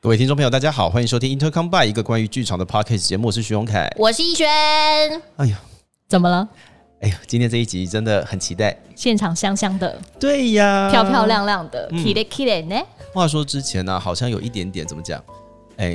各位听众朋友，大家好，欢迎收听 Intercom by 一个关于剧场的 podcast 节目，我是徐荣凯。我是逸轩。哎呀，怎么了？哎呀，今天这一集真的很期待。现场香香的，对呀，漂漂。亮亮的呃嗯，kile kile 呢？话说之前呢、好像有一点点怎么讲？哎，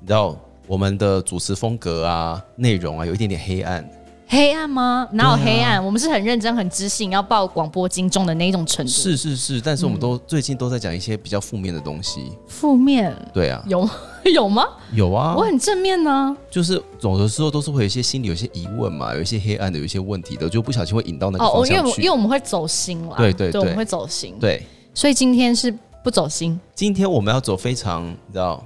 你知道我们的主持风格啊、内容啊，有一点点黑暗。黑暗吗？哪有对啊黑暗？我们是很认真、很知性，要报广播金钟的那种程度。是是是，但是我们都、最近都在讲一些比较负面的东西。负面对啊，有 有吗？有啊我，很正面呢、就是有的时候都是会有一些心里有一些疑问嘛，有一些黑暗的，有一些问题的，就不小心会引到那个哦，方哦因为向我去。因为我们会走心啦，对对对我们会走心，对，所以今天是不走心，今天我们要走非常你知 道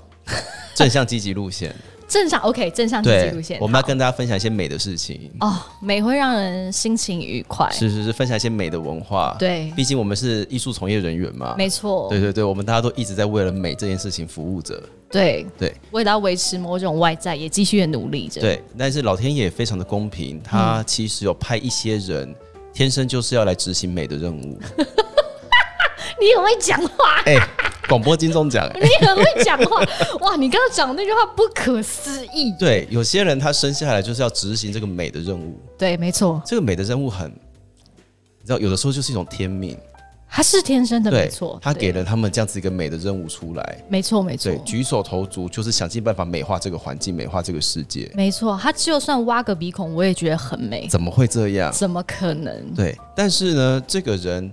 正向积极路线，正向 OK，正向积极对路线。，我们要好跟大家分享一些美的事情，哦，美会让人心情愉快，是是是，分享一些美的文化。，对，毕竟我们是艺术从业人员嘛。没错，对对对，我们大家都一直在为了美这件事情服务着。对对为了要维持某种外在，也继续的努力着。对，但是老天爷也非常的公平，嗯他其实有派一些人。天生就是要来执行美的任 务。你很会讲话， 哎、广播金钟奖、哎你很会讲 话，哇！你刚刚讲的那句话不可思议。对，有些人他生下来就是要执行这个美的任务。对，没错，这个美的任务很，你知道，有的时候就是一种天命。他是天生的，对，没错。他对给了他们这样子一个美的任务出来，没错，没错对，，举手投足就是想尽办法美化这个环境，美化这个世界，没错。他就算挖个鼻孔，我也觉得很美。怎么会这样？怎么可能？对，但是呢，这个人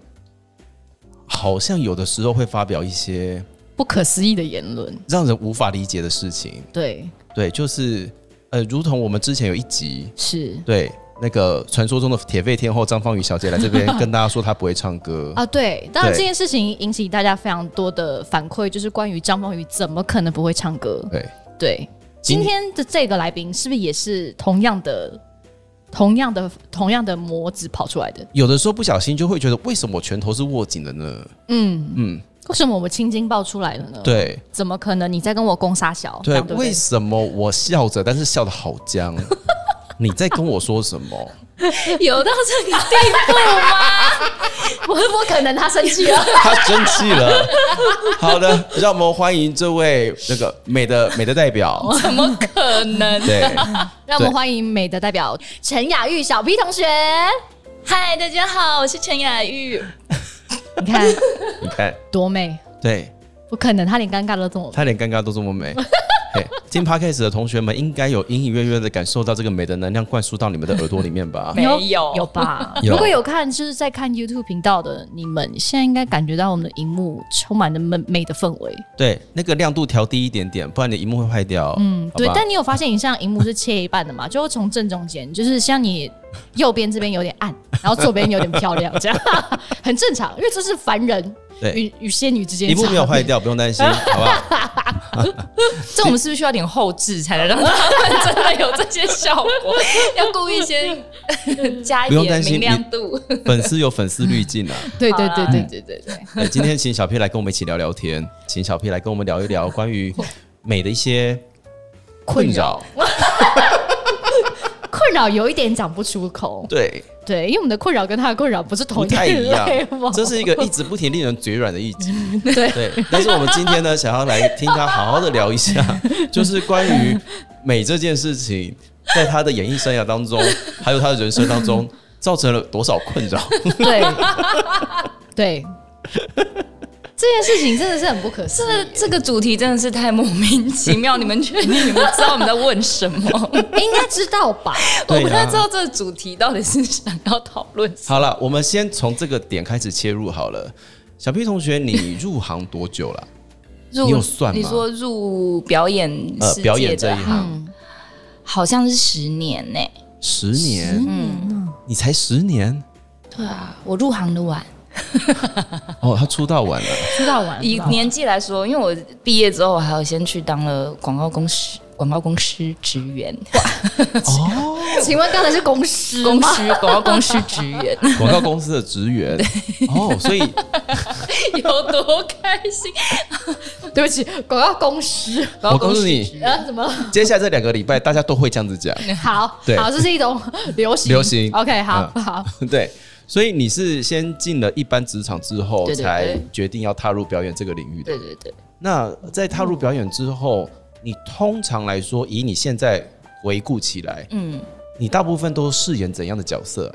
好像有的时候会发表一些不可思议的言论。让人无法理解的事情，对，对，就是呃，如同我们之前有一集，是对，那个传说中的铁肺天后张方宇小姐来这边跟大家说她不会唱歌， 啊，对。当然，对这件事情引起大家非常多的反馈，就是关于张丰宇怎么可能不会唱歌？对，对，今今天的这个来宾是不是也是同样的、同样的、同样的模子跑出来的？有的时候不小心就会觉得为什么我拳头是握紧的呢？嗯嗯嗯，为什么我青筋爆出来了呢？，对，怎么可能？你在跟我攻杀小？这对，样对不为对？什么我笑着，但是笑的好僵？你在跟我说什么？有到这个地 不不可能，他生气了。他生气了。好的，让我们欢迎这位那个美的美的代表。步，怎么可能？对，让我们欢迎美的代表陈雅玉小 P 同学。嗨，大家好，我是陈雅玉。你看你看，多美，对不可能，他连尴尬都这么。他连尴尬都这么美。嘿听 podcast 的同学们应该有隐隐约约的感受到这个美的能量灌输到你们的耳朵里面 吧？没有有吧？ 有如果有看，就是在看 YouTube 频道的你们，现在应该感觉到我们的荧幕充满了美美的氛围。对，那个亮度调低一点点，不然你荧幕会坏掉。嗯，对，但你有发现你像荧幕是切一半的嘛？就是从正中间，就是像你右边这边有点暗，然后左边有点漂亮，这样 很正常，因为这是凡人对，与与仙女之间。荧幕没有坏，掉，不用担心，好不好？这我们是不是需要点后置才能让他们真的有这些效果？要故意先加一不用点担心明亮度。粉丝有粉丝滤镜啊。 对对对对对对对， 对，哎今天请小 P 来跟我们一起聊聊天， 请小 P 来跟我们聊一聊关于美的一些困扰。困扰有一点讲不出口，对，对，因为我们的困扰跟他的困扰不是同不太一样 level，这是一个一直不停令人嘴软的一集。对对，但是我们今天呢，想要来听他好好的聊一下，就是关于美这件事情，在他的演艺生涯当中， 还有他的人生当中，造成了多少困扰？对 对。这件事情真的是很不可思 这这个主题真的是太莫名其妙，你们确定你们知道我们在问什么？啊议，应该知道吧？我对不太啊知道这个主题到底是想要讨论什么。好了，我们先从这个点开始切入好了。小 P 同学，你入行多久了？入你有算吗你说入表演呃世，界表演这的一行。好像是十年呢、十年，啊你才十 年对啊，我入行的晚。哦，他出道晚 了，知道完以年纪来说，因为我毕业之后，我还有先去当了广告公司广告公司职员， 请问刚才是公司 公吗？司广告公司职员广告公司的职员哦，所以 有多开心？ 对不起，广告公司。广我告告公诉司你，呃，怎 么了？接下来这两个礼拜大家都会这样子 讲，好，对好，这是一种流行，流行 OK，好、嗯 好，对，所以你是先进了一般职场之后对对对才决定要踏入表演这个领域的。对对对，那在踏入表演之后，你通常来说，以你现在回顾起来，嗯，你大部分都饰演怎样的角色、啊？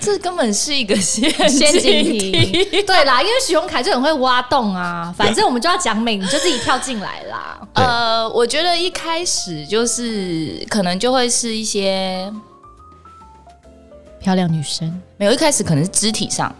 这根本是一个陷陷阱阱题，对啦，因为徐宏凯就很会挖洞啊，反正我们就要讲美，你就自己跳进来啦。对呃，我觉得一开始就是可能就会是一些漂亮女生没有，一开始可能是肢体上，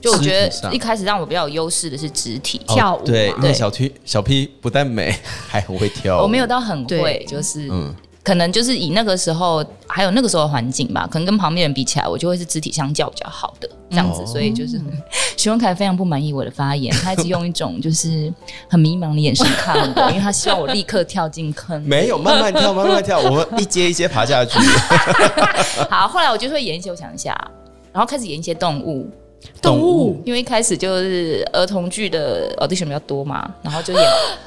就我觉肢体得上哦一开始让我比较有优势的是肢体，跳舞嘛对，因为对小 P 小 P 不但美， 还很会跳舞。我没有到很对会，就是嗯，可能就是以那个时候，还有那个时候的环境吧，可能跟旁边人比起来，我就会是肢体相较比较好的这样子，哦所以就是嗯 徐荣凯非常不满意我的发言，他一直用一种就是很迷茫的眼神看我，因为他希望我立刻跳进坑。没有，慢慢跳，慢慢跳，我们一阶一阶爬下去。 好，后来我就会演一些，我想一下，然后开始演一些 动物，动物因为一开始就是儿童剧的 audition 比较多嘛，然后就演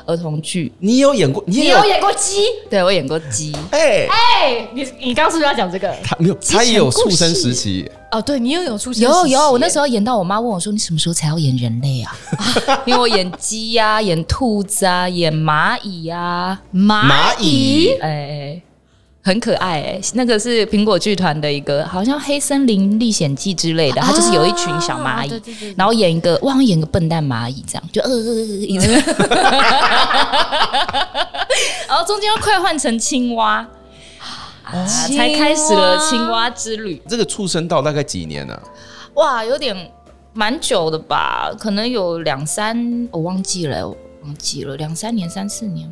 儿童剧，你有演过？你你也有？演过鸡？对我演过鸡，哎，哎，你你刚刚是不是要讲这个？他没有，他也有畜生时期。哦，对你又有出有有，我那时候候演到我妈问我说：“你什么时候才要演人类啊？”因为我演鸡呀、演兔子啊，演蚂蚁呀、啊，蚂蚁哎、很可爱哎、那个是苹果剧团的一个，好像《黑森林历险记》之类的，它就是有一群小蚂蚁，对对对对然后演一个，我好像演个笨蛋蚂蚁这样，就呃呃呃一直，然后中间又快换成青蛙。啊，才开始了青蛙之旅。这个畜生道大概几年啊呢？哇，有点蛮久的吧，可能有两三，我忘记了，我忘记了两三年、三四年。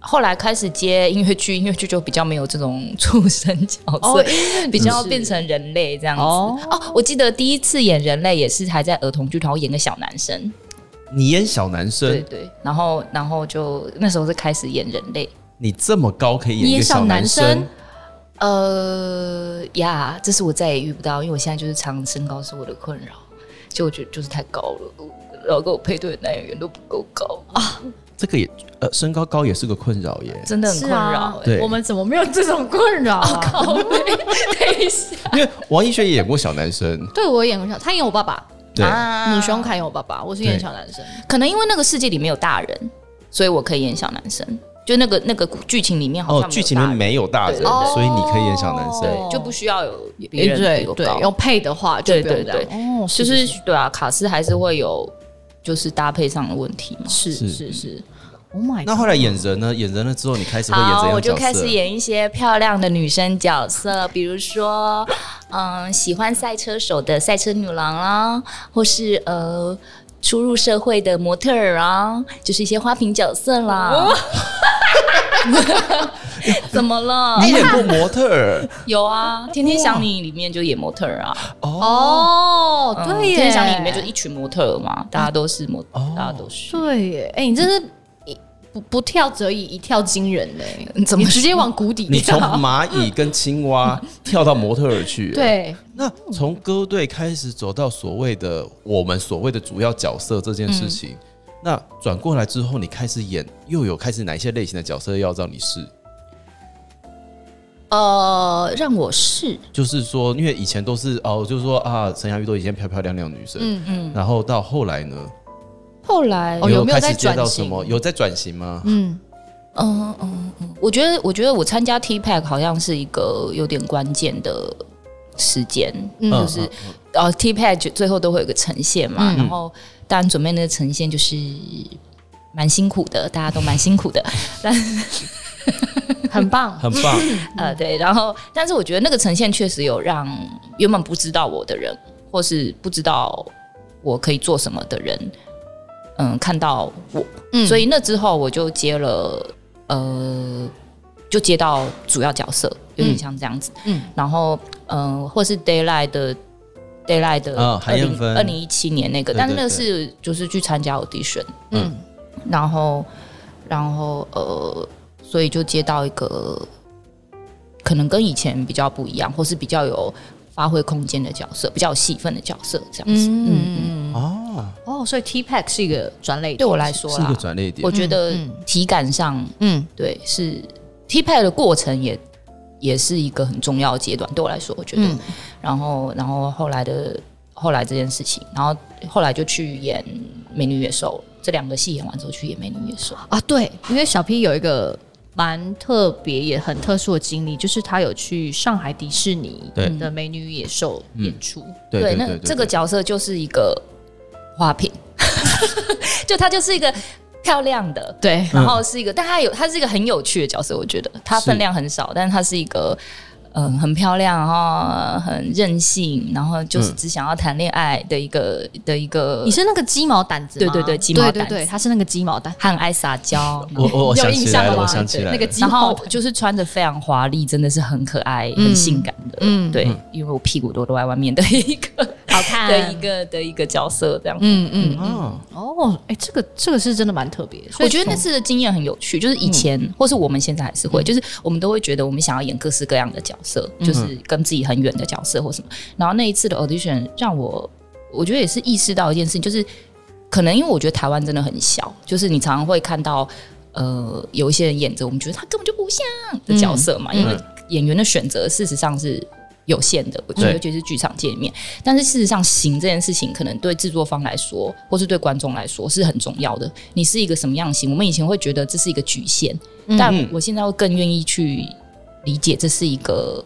后来开始接音乐剧，音乐剧就比较没有这种畜生角色，哦音乐剧比较变成人类这样子。哦哦我记得第一次演人类也是还在儿童剧团，我演个小男生，你演小男对生，对，然后然后就那时候是开始演人类，你这么高可以演一你个演小小男生生，呃呀，这是我再也遇不到，因为我现在就是常身高是我的困扰，就我觉得就是太高了，然后跟我配对的男演员都不够高哦啊，这个也呃身高高也是个困扰耶。真的很是困啊扰、欸。对我们怎么没有这种困扰啊？靠背， 等一下因为王一轩也演过小男生，对我演过小，他演我爸爸，对，啊女熊凯演我爸爸，我是演对小男生。可能因为那个世界里面有大人，所以我可以演小男生。就那个那个剧情里面好哦像，没有剧情里大面人没有大人，对对对哦所以你可以演小男对生。就不需要有别诶人对比我对高，用配的话就对不用对这样对哦，就是是对啊，卡斯还是会有就是搭配上的问题嘛。是是是是是，Oh my！那 God 后来演人呢？演人了之后，你开始会演怎好，样的我就角开始色？演一些漂亮的女生角色，比如说，嗯，喜欢赛车手的赛车女郎啦，或是呃。初入社会的模特儿啊，就是一些花瓶角色啦。 怎么 了？你演过模特 儿有啊，《天天想你》里面就演模特儿啊。哦，哦，嗯对天耶，天想你》里面就一群模特儿嘛，大家都是模，哦大家都是。对耶，哎，你这是一不不跳则已，一跳惊人 呢，你怎么你直接往谷底你从跳？蚂蚁跟青蛙跳到模特儿去。，对，那从歌队开始走到所谓的我们所谓的主要角色这件事情，嗯那转过来之后，你开始演又有开始哪一些类型的角色要让你试？呃，让我试，就是说，因为以前都是哦，就是说啊，陈雅玉都以前漂漂亮亮的女生，嗯嗯，然后到后来呢，后来哦有没有开始在接到转什型么？有在转型吗？嗯，嗯嗯嗯，我觉得，我觉得我参加 T Pack 好像是一个有点关键的时间，嗯就是呃 T Pack 就最后都会有个呈现嘛，嗯然后当然准备那个呈现就是蛮辛苦的，大家都蛮辛苦的，很棒， 很棒，呃对，然后但是我觉得那个呈现确实有让原本不知道我的人，或是不知道我可以做什么的人，嗯，看到我，嗯所以那之后我就接了，呃，就接到主要角色，有点像这样子。嗯嗯，然后嗯、呃或是 d a y l i g h t 的 d a y l i g h t 的啊韩燕芬二零一七年那个，对但是对那个对是就是去参加 audition，嗯，然后然后呃，所以就接到一个可能跟以前比较不一样，或是比较有发挥空间的角色，比较有戏份的角色这样子。嗯嗯嗯哦，哦，所以 T Pack 是一个转嗯类，对我来，说是一啦个，转捩点我。觉得嗯嗯体感上嗯，对，是 T 派的过程也也是一个很重要的阶段，对我来说，我觉得。嗯然后，然后后来的后来这件事情，然后后来就去演《美女野兽》这两个戏演完之后去演《美女野兽》，啊，对，因为小 P 有一个蛮特别也很特殊的经历，就是他有去上海迪士尼嗯对的《美女与野兽》演出。对对对那这个角色就是一个花瓶， 就她就是一个漂亮的，对，嗯然后是一个，但她有她是一个很有趣的角色，我觉得她分量很少，但她是一个。嗯，很漂亮，然后很任性，然后就是嗯只想要谈恋爱的一个、的一个你，是那个鸡毛掸子吗？对对对鸡毛掸子对对对，他是那个鸡毛掸。很爱撒娇，我我我有想印起象来了了，我吗想起对来那个了鸡然后 毛掸就是穿的非常华丽，真的是很可爱、嗯很性感的，嗯对，因为我屁股都露在外面的一个、 好看的一个的一个角色这样。嗯嗯嗯啊，哦，哎、这个这个是真的蛮特别的，所以嗯我觉得那从嗯次的经验很有趣，就是以前、或是我们现在还是会，就是我们都会觉得我们想要演各式各样的角色，嗯就是跟自己很远的角色或什么。然后那一次的 audition 让我，我觉得也是意识到一件事情，就是可能因为我觉得台湾真的很小，就是你常常会看到呃有一些人演着我们觉得他根本就不像的角色嘛，因为嗯演员的选择事实上是。有限的，我觉得对尤其是剧场界里面，但是事实上，行这件事情可能对制作方来说，或是对观众来说是很重要的。你是一个什么样的型？我们以前会觉得这是一个局限，但嗯我现在会更愿意去理解，这是一个，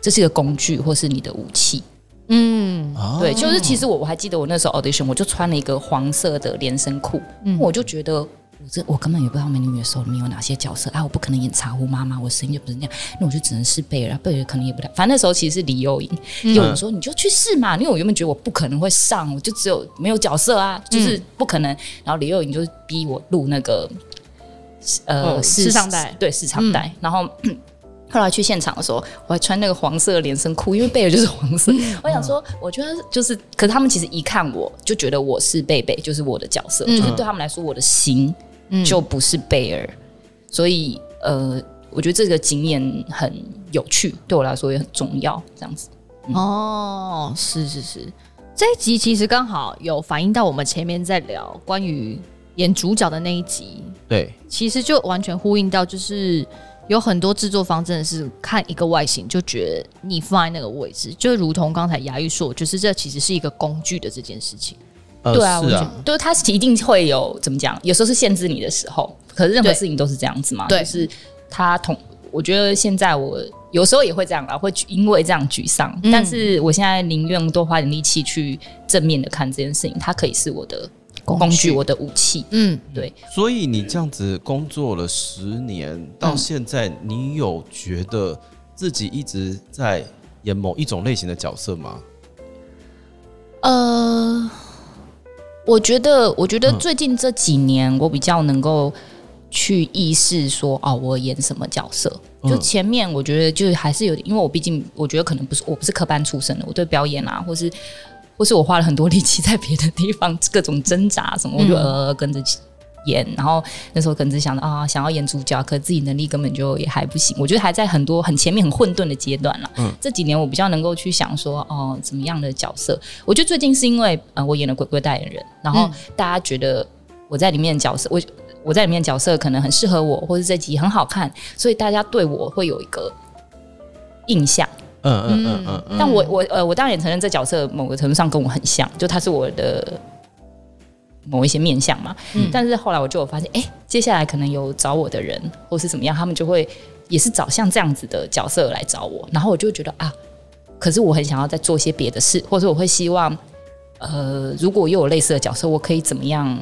这是一个工具，或是你的武器。嗯哦对，就是其实我我还记得我那时候 audition，我就穿了一个黄色的连身裤，嗯我就觉得。我这我根本也不知道《美女与野兽》里面有哪些角色啊！我不可能演茶壶妈妈，我声音就不是那样，那我就只能试贝尔啊，贝尔可能也不太。反正那时候其实是李幼莹，嗯嗯有人说你就去试嘛，因为我原本觉得我不可能会上，我就只有没有角色啊，就是不可能。然后李幼莹就逼我录那个呃哦试唱带嗯对试唱带，然后。 后来去现场的时候，我还穿那个黄色的连身裤，因为贝尔就是黄色。嗯我想说，我觉得就是，可是他们其实一看我就觉得我是贝贝，就是我的角色，嗯就是对他们来说，我的型就不是贝尔。所以，呃，我觉得这个经验很有趣，对我来说也很重要。这样子，嗯哦，是是是，这一集其实刚好有反映到我们前面在聊关于演主角的那一集，对，其实就完全呼应到，就是有很多制作方真的是看一个外形就觉得你放在那个位置，就如同刚才雅玉说，就是这其实是一个工具的这件事情。呃对啊，我是觉啊，得，就是他一定会有怎么讲，有时候是限制你的时候，可是任何对事情都是这样子嘛，对就是他同，我觉得现在我有时候也会这样啦，会因为这样沮丧，嗯但是我现在宁愿多花点力气去正面的看这件事情，它可以是我的工具，工具我的武器，嗯，对，所以你这样子工作了十年，到现在，你有觉得自己一直在演某一种类型的角色吗？呃，我觉得，我觉得嗯最近这几年，我比较能够去意识说，哦，我演什么角色。嗯就前面我觉得就还是有点，因为我毕竟我觉得可能不是我不是科班出身的，我对表演啊，或是或是我花了很多力气在别的地方各种挣扎什么，我就嗯呃跟着演，然后那时候可能只想着啊想要演主角，可自己能力根本就也还不行，我觉得还在很多很前面很混沌的阶段了。嗯这几年我比较能够去想说哦、怎么样的角色，我觉得最近是因为呃我演了《鬼鬼代言人》，然后嗯大家觉得我在里面的角色我。我在里面的角色可能很适合我，或者这集很好看，所以大家对我会有一个印象。嗯嗯嗯嗯嗯，但我我呃，我当然也承认这角色某个程度上跟我很像，就他是我的某一些面相嘛。嗯但是后来我就有发现，哎、接下来可能有找我的人或是怎么样，他们就会也是找像这样子的角色来找我，然后我就觉得啊，可是我很想要再做些别的事，或者我会希望，呃，如果又有类似的角色，我可以怎么样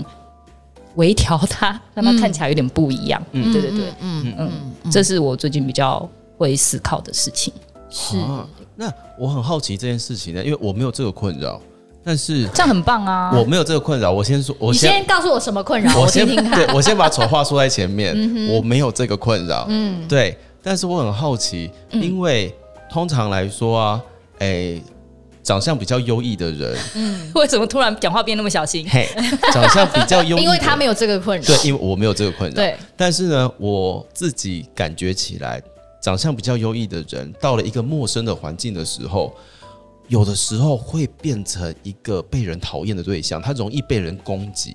微调它，让它看起来有点不一样。嗯，对对对，嗯，这是我最近比较会思考的事情。是啊，那我很好奇这件事情呢，因为我没有这个困扰，但是这样很棒啊！我没有这个困扰。我先说，我你先告诉我什么困扰，我我先听听看。嗯对我先把丑话说在前面，我没有这个困扰。嗯，对，但是我很好奇，嗯因为通常来说啊，诶，长相比较优异的人， 为什么突然讲话变那么小心？嘿，长相比较优异的人， 因为他没有这个困扰，对，因为我没有这个困扰。对，但是呢，我自己感觉起来，长相比较优异的人，到了一个陌生的环境的时候，有的时候会变成一个被人讨厌的对象，他容易被人攻击。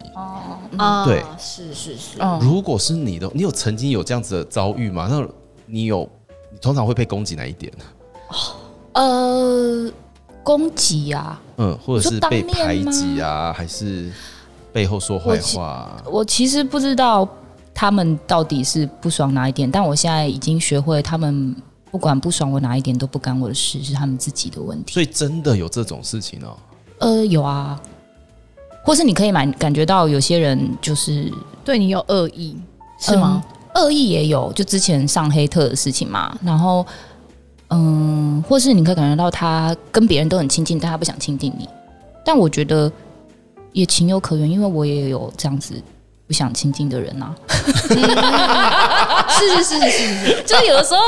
啊对，是是是，嗯，如果是你的，你有曾经有这样子的遭遇吗？那你有，你通常会被攻击哪一点？呃，攻击啊，啊嗯，或者你是说当被面排挤啊，还是背后说坏话，啊我其实不知道他们到底是不爽哪一点，但我现在已经学会，他们不管不爽我哪一点都不干我的事，是他们自己的问题。所以真的有这种事情哦。呃，有啊，或是你可以蛮感觉到有些人就是对你有恶意是吗？恶意也有，就之前上黑特的事情嘛，然后嗯，或是你可以感觉到他跟别人都很亲近，但他不想亲近你。但我觉得也情有可原，因为我也有这样子不想亲近的人啊。 是是是是是是，嗯就是有的时候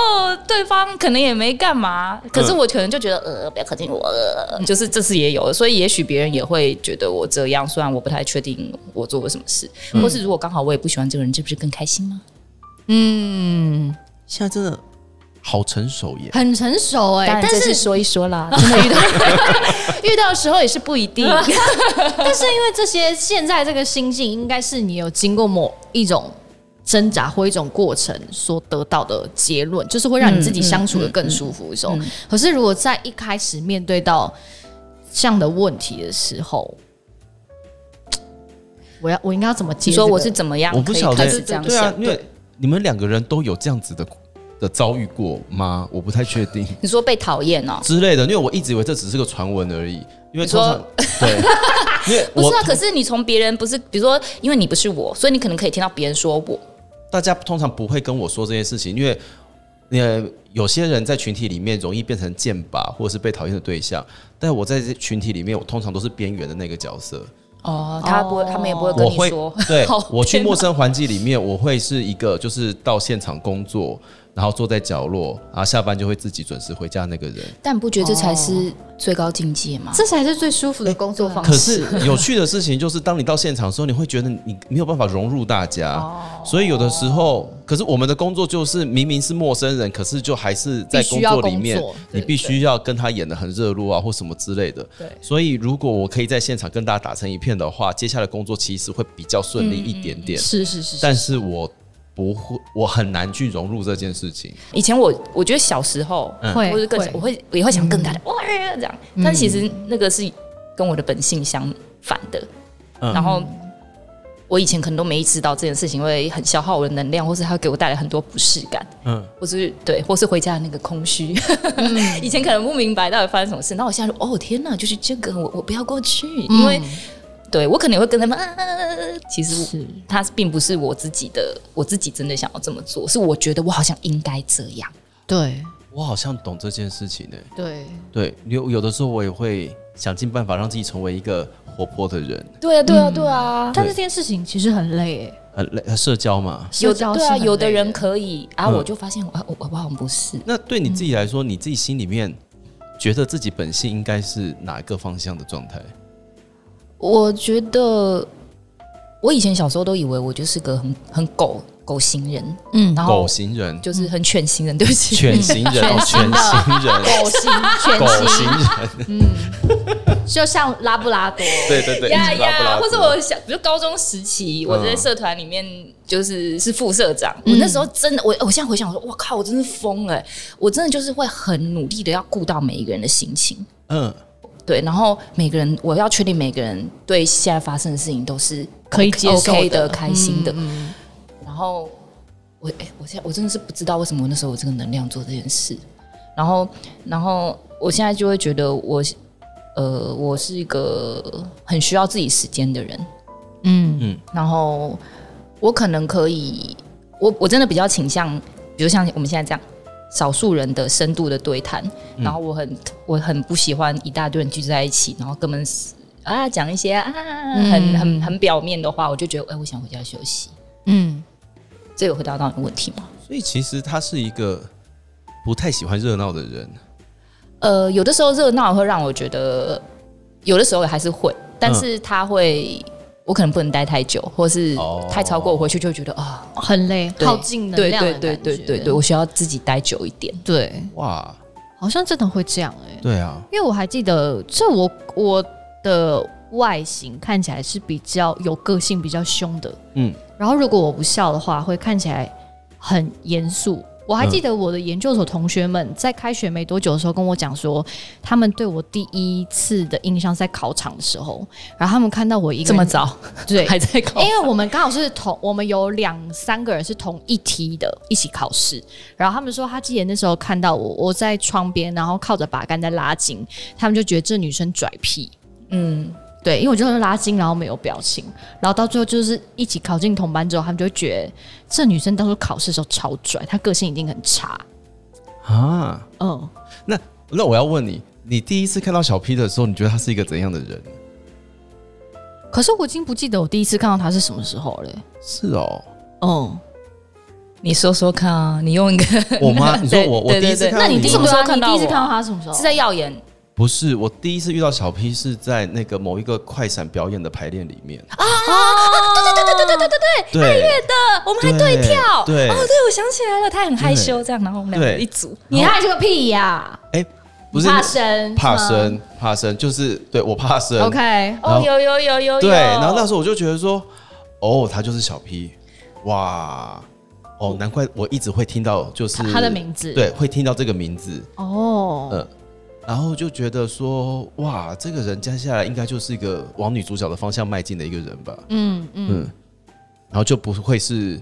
对方可能也没干嘛，可是我可能就觉得呃，不要靠近我，呃、就是这次也有，所以也许别人也会觉得我这样，虽然我不太确定我做过什么事，或是如果刚好我也不喜欢这个人，这不是更开心吗？嗯，现在真的好成熟耶，很成熟哎、当然但这 是是说一说 啦，真的遇到遇到的时候也是不一 定，但是因为这些现在这个心境，应该是你有经过某一种挣扎或一种过程所得到的结论，就是会让你自己相处的更舒服一种。可是如果在一开始面对到这样的问题的时候，我要我应该要怎么接、你说我是怎么样？我不晓可以得开始这样对啊想，，因为你们两个人都有这样子的的遭遇过吗？我不太确定你说被讨厌哦。之类的，因为我一直以为这只是个传闻而已，因为你通说常 对，因为不我是啊，可是你从别人不是，比如说，因为你不是我，所以你可能可以听到别人说我，大家通常不会跟我说这件事情，因为呃，有些人在群体里面容易变成剑靶或者是被讨厌的对象，但我在这群体里面，我通常都是边缘的那个角色。哦，他不会，他们也不会跟我你会说，对好我去天哪陌生环境里面，我会是一个就是到现场工作，然后坐在角落，然后下班就会自己准时回家那个人。但你不觉得这才是最高境界吗？这才是最舒服的工作方可式。是有趣的事情就是，当你到现场的时候，你会觉得你没有办法融入大家，所以有的时候，可是我们的工作就是明明是陌生人，可是就还是在必工须要作里面工作，你对必须要跟他演的很热络啊，或什么之类的。对所以如果我可以在现场跟大家打成一片的话，接下来工作其实会比较顺利一点点。是是是是，但是我不会，我很难去融入这件事情。以前我我觉得小时候，嗯会或者更会我会我也会想更大的哇这样，但其实那个是跟我的本性相反的。嗯然后我以前可能都没意识到这件事情会很消耗我的能量，或是它会给我带来很多不适感，嗯，或是对，或是回家的那个空虚。 以前可能不明白到底发生什么事，那我现在说哦天哪，就是这个，我我不要过去，因为、对我可能会跟他们啊啊啊啊，啊其实我是它并不是我自己的，我自己真的想要这么做，是我觉得我好像应该这样。对我好像懂这件事情呢、对，对，有有的时候我也会想尽办法让自己成为一个活泼的人，对啊，对啊，对啊。但是这件事情其实很累、欸，很累，很社交嘛。有社交的是对啊，很累有的人可以啊，嗯我就发现我我我我好像不是，那对你自己来说，你自己心里面觉得自己本性应该是哪一个方向的状态？我觉得我以前小时候都以为我就是个很很狗狗型人，嗯，然后狗型人、就是 很犬型人，对不起，犬型人、哦，犬型人、 狗型、狗犬型型，人，就像拉布拉多，对对对，呀一直拉不拉呀，或者多我想，比如高中时期，我在社团里面就是是副社长，嗯我那时候真的，我我现在回想，我说我靠，我真是疯了欸、我真的就是会很努力的要顾到每一个人的心情，嗯，对，然后每个人我要确定每个人对现在发生的事情都是可以接受 OK 的、的、开心的，嗯嗯然后我哎、我现在我真的是不知道为什么我那时候有这个能量做这件事。然后，然后我现在就会觉得我，呃，我是一个很需要自己时间的人。嗯然后我可能可以，我我真的比较倾向，比如像我们现在这样。少数人的深度的对谈，然后我很我很不喜欢一大堆人聚在一起，然后根本是啊讲一些啊很很很表面的话，我就觉得哎、我想回家休息。嗯，这有回答到你的问题吗？所以其实他是一个不太喜欢热闹的人，呃，有的时候热闹会让我觉得，有的时候还是会，嗯但是它会，我可能不能待太久，或是哦太超过，我回去就会觉得啊，很累，对耗尽能对量对的对感对觉对对，我需要自己待久一点。对，哇，好像真的会这样哎、对啊，因为我还记得，这我我的外形看起来是比较有个性、比较凶的，嗯然后如果我不笑的话，会看起来很严肃，我还记得我的研究所同学们在开学没多久的时候跟我讲说，他们对我第一次的印象是在考场的时候，然后他们看到我一个这人么早对，哎还在考因，为我们刚好是同，我们有两三个人是同一梯的，一起考试。然后他们说，他记得那时候看到我，我在窗边，然后靠着把杆在拉筋，他们就觉得这女生拽屁。嗯，对，因为我就是拉筋，然后没有表情，然后到最后就是一起考进同班之后，他们就会觉得这女生当初考试的时候超拽，她个性一定很差。啊。嗯，那那我要问你，你第一次看到小 P 的时候，你觉得他是一个怎样的人？可是我已经不记得我第一次看到她是什么时候了。欸是哦，嗯，你说说看啊，你用一 个 我 妈，你说对我我对第一对次对看到那你第一什么次时候看看到？到你第一次我看到她是什么时候？是在耀 眼不是我第一次遇到小 P 是在那个某一个快闪表演的排练里面哎啊，哦对对对对对对对对，的，我们对，还对跳，对哦，对，我想起来了，他很害羞，这样，然后我们两个对一组，你害这个屁呀、哎，不是怕生，怕是吗生怕生，就是对我怕生 OK，然哦，后有有有哎有有，对，然后那时候我就觉得说，哦，他就是小 P，哇，哦，难怪我一直会听到就是他的名字对，会听到这个名字，哦，嗯，然后就觉得说，哇，这个人接下来应该就是一个往女主角的方向迈进的一个人吧，嗯嗯，嗯，然后就不会是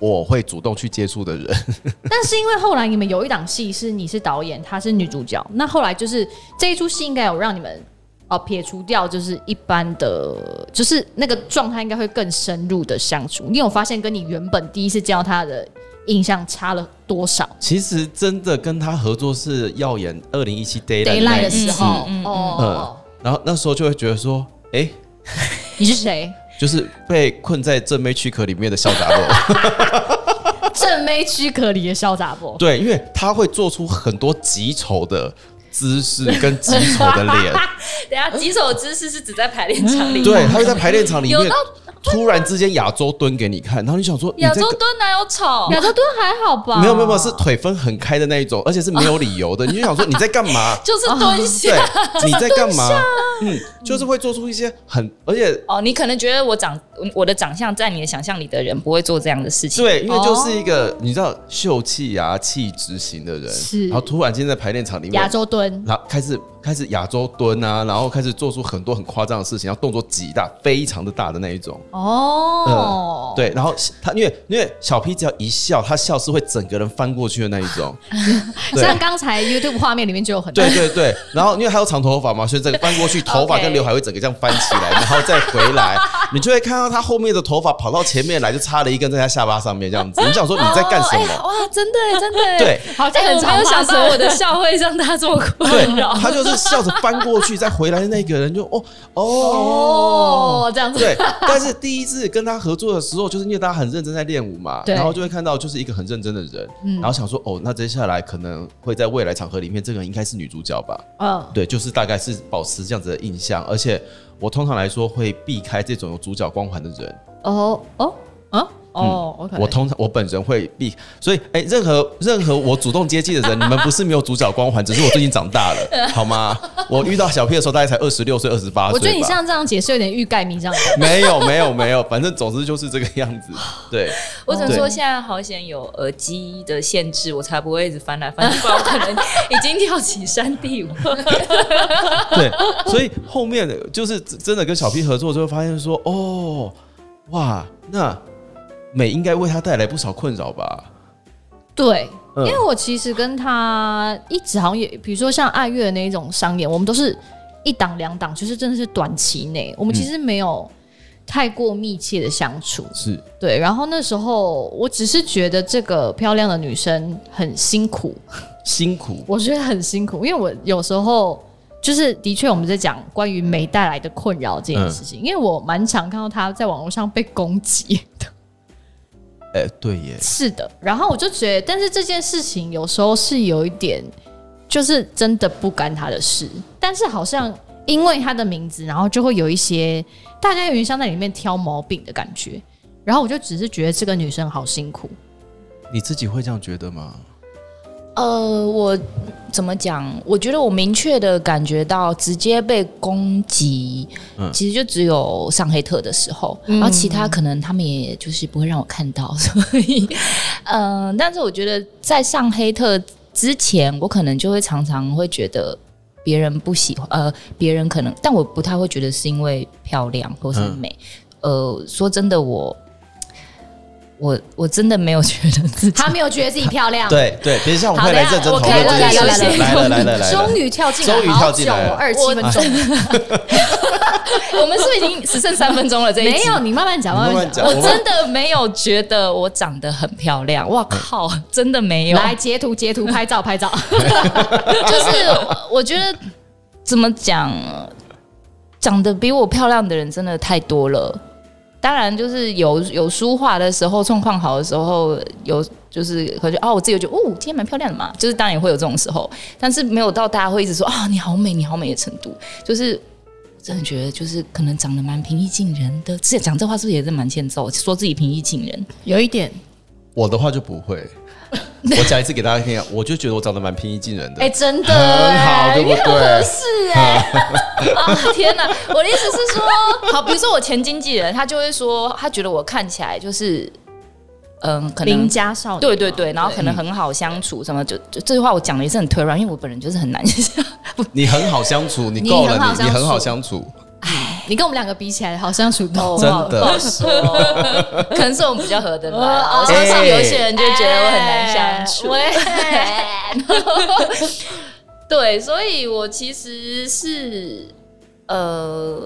我会主动去接触的人， 但是因为后来你们有一档戏是你是导演，她是女主角，那后来就是这一出戏应该有让你们哦撇除掉就是一般的，就是那个状态应该会更深入的相处。你有发现跟你原本第一次见到她的印象差了多少其实真的跟他合作是耀眼二零一七 d a y l i g h？Daylight 的 t 时候，嗯嗯嗯哦，然后那时候就会觉得说，哎、你是谁？就是被困在正妹躯壳里面的小杂狗。 正妹躯壳里的潇洒波。对，因为他会做出很多极丑的姿势跟极丑的 脸，嗯等一下几手姿势是指在排练场里，对，他会在排练场里有面到突然之间亚洲蹲给你看，然后你想嗯说，你亚这洲个蹲哪有丑？？啊哦亚洲蹲还好吧？没有没有没有是腿分很开的那一种，而且是没有理由的，你就想说你在干嘛 就是蹲下。对，你在干嘛？嗯，就是会做出一些很，而且哦，你可能觉得我长我的长相在你的想象里的人不会做这样的事情，对，因为就是一个你知道秀气啊、气质型的人，是然后突然间在排练场里面亚洲蹲，然后开始开始亚洲蹲啊，然后开始做出很多很夸张的事情，然后动作极大，非常的大的那一种。哦，，呃对，然后他因为因为小 P 只要一笑，他笑是会整个人翻过去的那一种。对像刚才 YouTube 画面里面就有很多对，对对，然后因为他有长头发嘛，所以整个翻过去，头发 OK 跟刘海会整个这样翻起来，然后再回来，你就会看到他后面的头发跑到前面来，就插了一根在他下巴上面这样子。你想说你在干哦什么？哎哇，真的耶真的耶，对， 好像哎很我没常有发想生到我的笑会让大家这么 哦困扰对，。他就是笑着翻过去再回来的那个人就哦。哦哦，这样子， 对，但是第一次跟他合作的时候，就是因为大家很认真在练舞嘛，对嗯然后就会看到就是一个很认真的人，然后想说哦，那接下来可能会在未来场合里面，这个人应该是女主角吧？嗯，对，就是大概是保持这样子的印象，而且我通常来说会避开这种有主角光环的人，哦哦啊哦，OK，嗯我通常我本人会避，所以哎、任何任何我主动接近的人，你们不是没有主角光环，只是我最近长大 了，好吗？我遇到小 P 的时候大概才二十六岁、二十八岁吧，我觉得你像这样解释有点欲盖弥彰的感觉，没有没有没有，反正总之就是这个样子，对。我只能对说现在好险有耳机的限制，我才不会一直翻来翻 去，不然我可能已经跳起山地舞。 对，所以后面的就是真的跟小 P 合作之后，发现说，哦，哇，那美应该为他带来不少困扰吧？对。嗯因为我其实跟他一直好像也，比如说像爱乐那一种商演，我们都是一档两档，就是真的是短期内，我们其实没有太过密切的相处。是，嗯对，然后那时候我只是觉得这个漂亮的女生很辛苦，辛苦，我觉得很辛苦，因为我有时候就是的确我们在讲关于美带来的困扰这件事情，因为我蛮常看到她在网络上被攻 击的，哎、对耶，是的。然后我就觉得，但是这件事情有时候是有一点，就是真的不干她的事，但是好像因为她的名字，然后就会有一些大家有点像在里面挑毛病的感觉。然后我就只是觉得这个女生好辛苦，你自己会这样觉得吗？呃，我怎么讲？我觉得我明确的感觉到，直接被攻击，嗯其实就只有上黑特的时候，然后其他可能他们也就是不会让我看到， 所以，嗯、但是我觉得在上黑特之前，我可能就会常常会觉得。别人不喜欢，呃，别人可能，但我不太会觉得是因为漂亮或是嗯美，呃，说真的，我，我我真的没有觉得自己她没有觉得自己漂亮，，对对，别像我们好会来等一下认真我讨可以论这件了事解情。来了来了来了终，于跳进来，终于跳进来了二十七分钟， 我们是不是已经只剩三分钟了？这一集没有，你慢慢讲，你慢慢慢讲讲。我真的没有觉得我长得很漂亮。哇靠，真的没有。来截图，截图，拍照， 拍照。就是我我觉得怎么讲，长得比我漂亮的人真的太多了。当然，就是有有书画的时候，状况好的时候，有就是可能就哦，我自己就觉得哦，今天蛮漂亮的嘛，就是当然也会有这种时候，但是没有到大家会一直说啊、你好美，你好美的程度，就是。真的觉得就是可能长得蛮平易近人的，这讲这话是不是也是蛮欠揍？说自己平易近人，有一点，我的话就不 会。我讲一次给大家听啊，我就觉得我长得蛮平易近人的哎，，真的，哎很好，对不对？是哎， 啊天哪！我的意思是说，好，比如说我前经纪人，他就会说，他觉得我看起来就是，嗯，可能邻家少女，对对对，然后可能很好相处，什么就就这句话我讲的也是很推软，因为我本人就是很难 你很好相处，你够了，你很好你你相很好处相处，你跟我们两个比起来，好相处多。真不的好说， 可能是我们比较合得来啊。哎我相信有一些人就觉得我很难相处。哎 对，所以我其实是呃，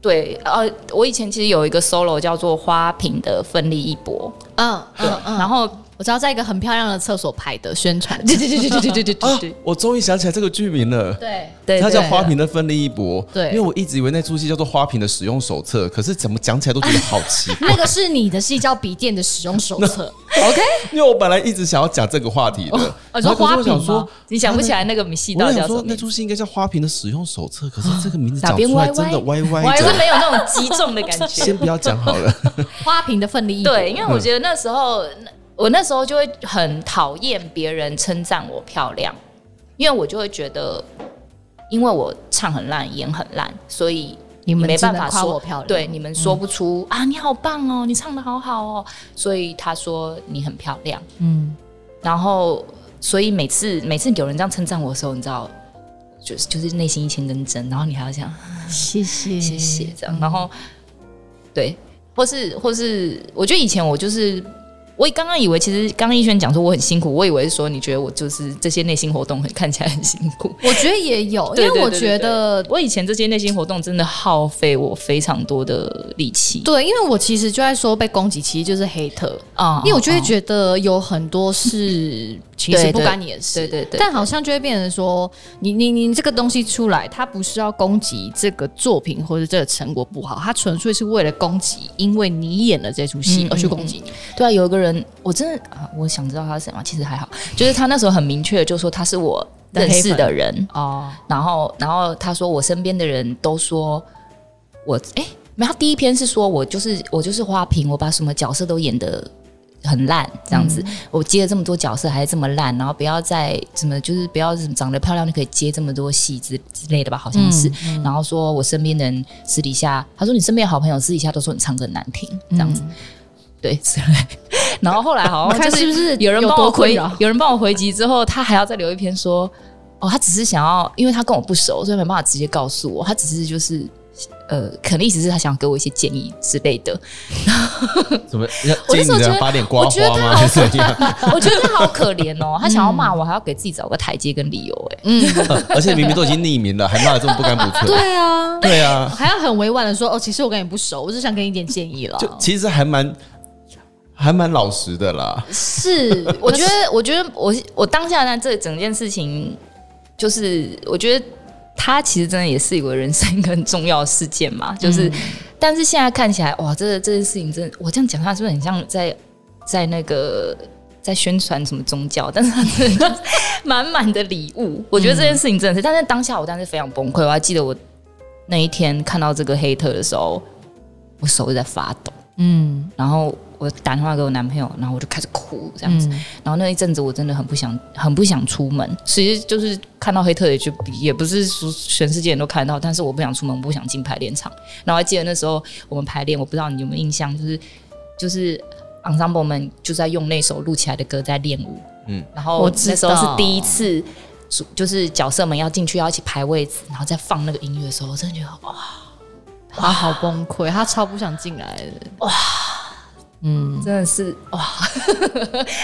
对，呃，我以前其实有一个 solo 叫做《花瓶的奋力一搏嗯嗯》，然嗯，后我知道在一个很漂亮的厕所拍的宣传，对对对对对对对对对我终于想起来这个剧名了。对哎对，它叫《花瓶的奋力一搏》，对因为我一直以为那出戏叫做《花瓶的使用手册》，可是怎么讲起来都觉得好 奇怪那，个是你的戏叫《笔电的使用手册》，OK？因为我本来一直想要讲这个话题的，哦你然说后可是我花瓶想吗说？，你想不起来那个戏到我底叫想什么说名那字？出戏应该叫《花瓶的使用手册》，可是这个名字打讲边出来歪真的歪我歪还是的，没有那种击中的感觉。先不要讲好了。花瓶的奋力一搏嗯对，因为我觉得那时候，那我那时候就会很讨厌别人称赞我漂亮，因为我就会觉得，因为我唱很烂，演很烂，所以你们没办只法能夸说我漂亮嗯对，你们说不出、啊，你好棒哦，你唱的好好哦，所以他说你很漂亮，嗯，然后所以每次每次有人这样称赞我的时候，你知道，就是就是内心一千根针，然后你还要想。谢谢谢谢这样，然后嗯对，或是或是，我觉得以前我就是。我刚刚以为，其实刚刚逸轩讲说我很辛苦，我以为是说你觉得我就是这些内心活动很 看起来很辛苦，我觉得也有，因对为我对对觉得我以前这些内心活动真的耗费我非常多的力气对，因为我其实就在说被攻击，其实就是黑特，啊因为我就会觉得有很多事其实对不对干你的事，对对对但好像就会变成说，你你你这个东西出来，它不是要攻击这个作品或者这个成果不好，它纯粹是为了攻击，因为你演了这出戏嗯而去攻击你。对啊，有一个人，我真的啊，我想知道他是谁吗？其实还好，就是他那时候很明确地就说他是我的认黑识粉的人，哦，然后，然后他说我身边的人都说我，哎、没有，他第一篇是说我就是我就是花瓶，我把什么角色都演得很烂这样子，嗯我接了这么多角色还是这么烂，然后不要再怎么就是不要长得漂亮就可以接这么多戏之之类的吧，好像是。嗯然后说我身边的人私底下，他说你身边的好朋友私底下都说你唱歌很难听这样子。对，之类。 然后后来 好你像嗯看就是不是有人有帮多我困回扰，有人帮我回击之后，他还要再留一篇说，哦，他只是想要，因为他跟我不熟，所以没办法直接告诉我，他只是就是。呃，可能意思是他想给我一些建议之类的。 怎么要我建那议时候你觉这样得把脸刮我觉得花他吗？好还是怎 样？ 我觉得他好可怜哦，他想要骂我，还要给自己找个台阶跟理由、哎、而且明明都已经匿名了，还骂的这么不干不对脆。啊，对啊，还要很委婉的说哦，其实我跟你不熟，我只想给你一点建议了。就其实还蛮还蛮老实的啦。是，我觉得，我觉得我我当下呢，这整件事情，就是我觉得他其实真的也是一个人生一个很重要的事件嘛。就是，但是现在看起来，哇，这个这件事情真的，我这样讲他是不是很像在在那个在宣传什么宗教？但是他真的就是 满满的礼物，我觉得这件事情真的是，但是当下我当时非常崩溃，我还记得我那一天看到这个黑特的时候，我手就在发抖。嗯，然后我打电话给我男朋友，然后我就开始哭这样子。嗯然后那一阵子我真的很不想，很不想出门。其实就是看到黑特也就也不是说全世界人都看得到，但是我不想出门，我不想进排练场。然后还记得那时候我们排练，我不知道你有没有印象，就是就是 ensemble 们就在用那首录起来的歌在练舞。嗯嗯，然后我知那时候是道第一次主，就是角色们要进去要一起排位子，然后再放那个音乐的时候，我真的觉得哇。他好崩溃，他超不想进来的。嗯真的是哇，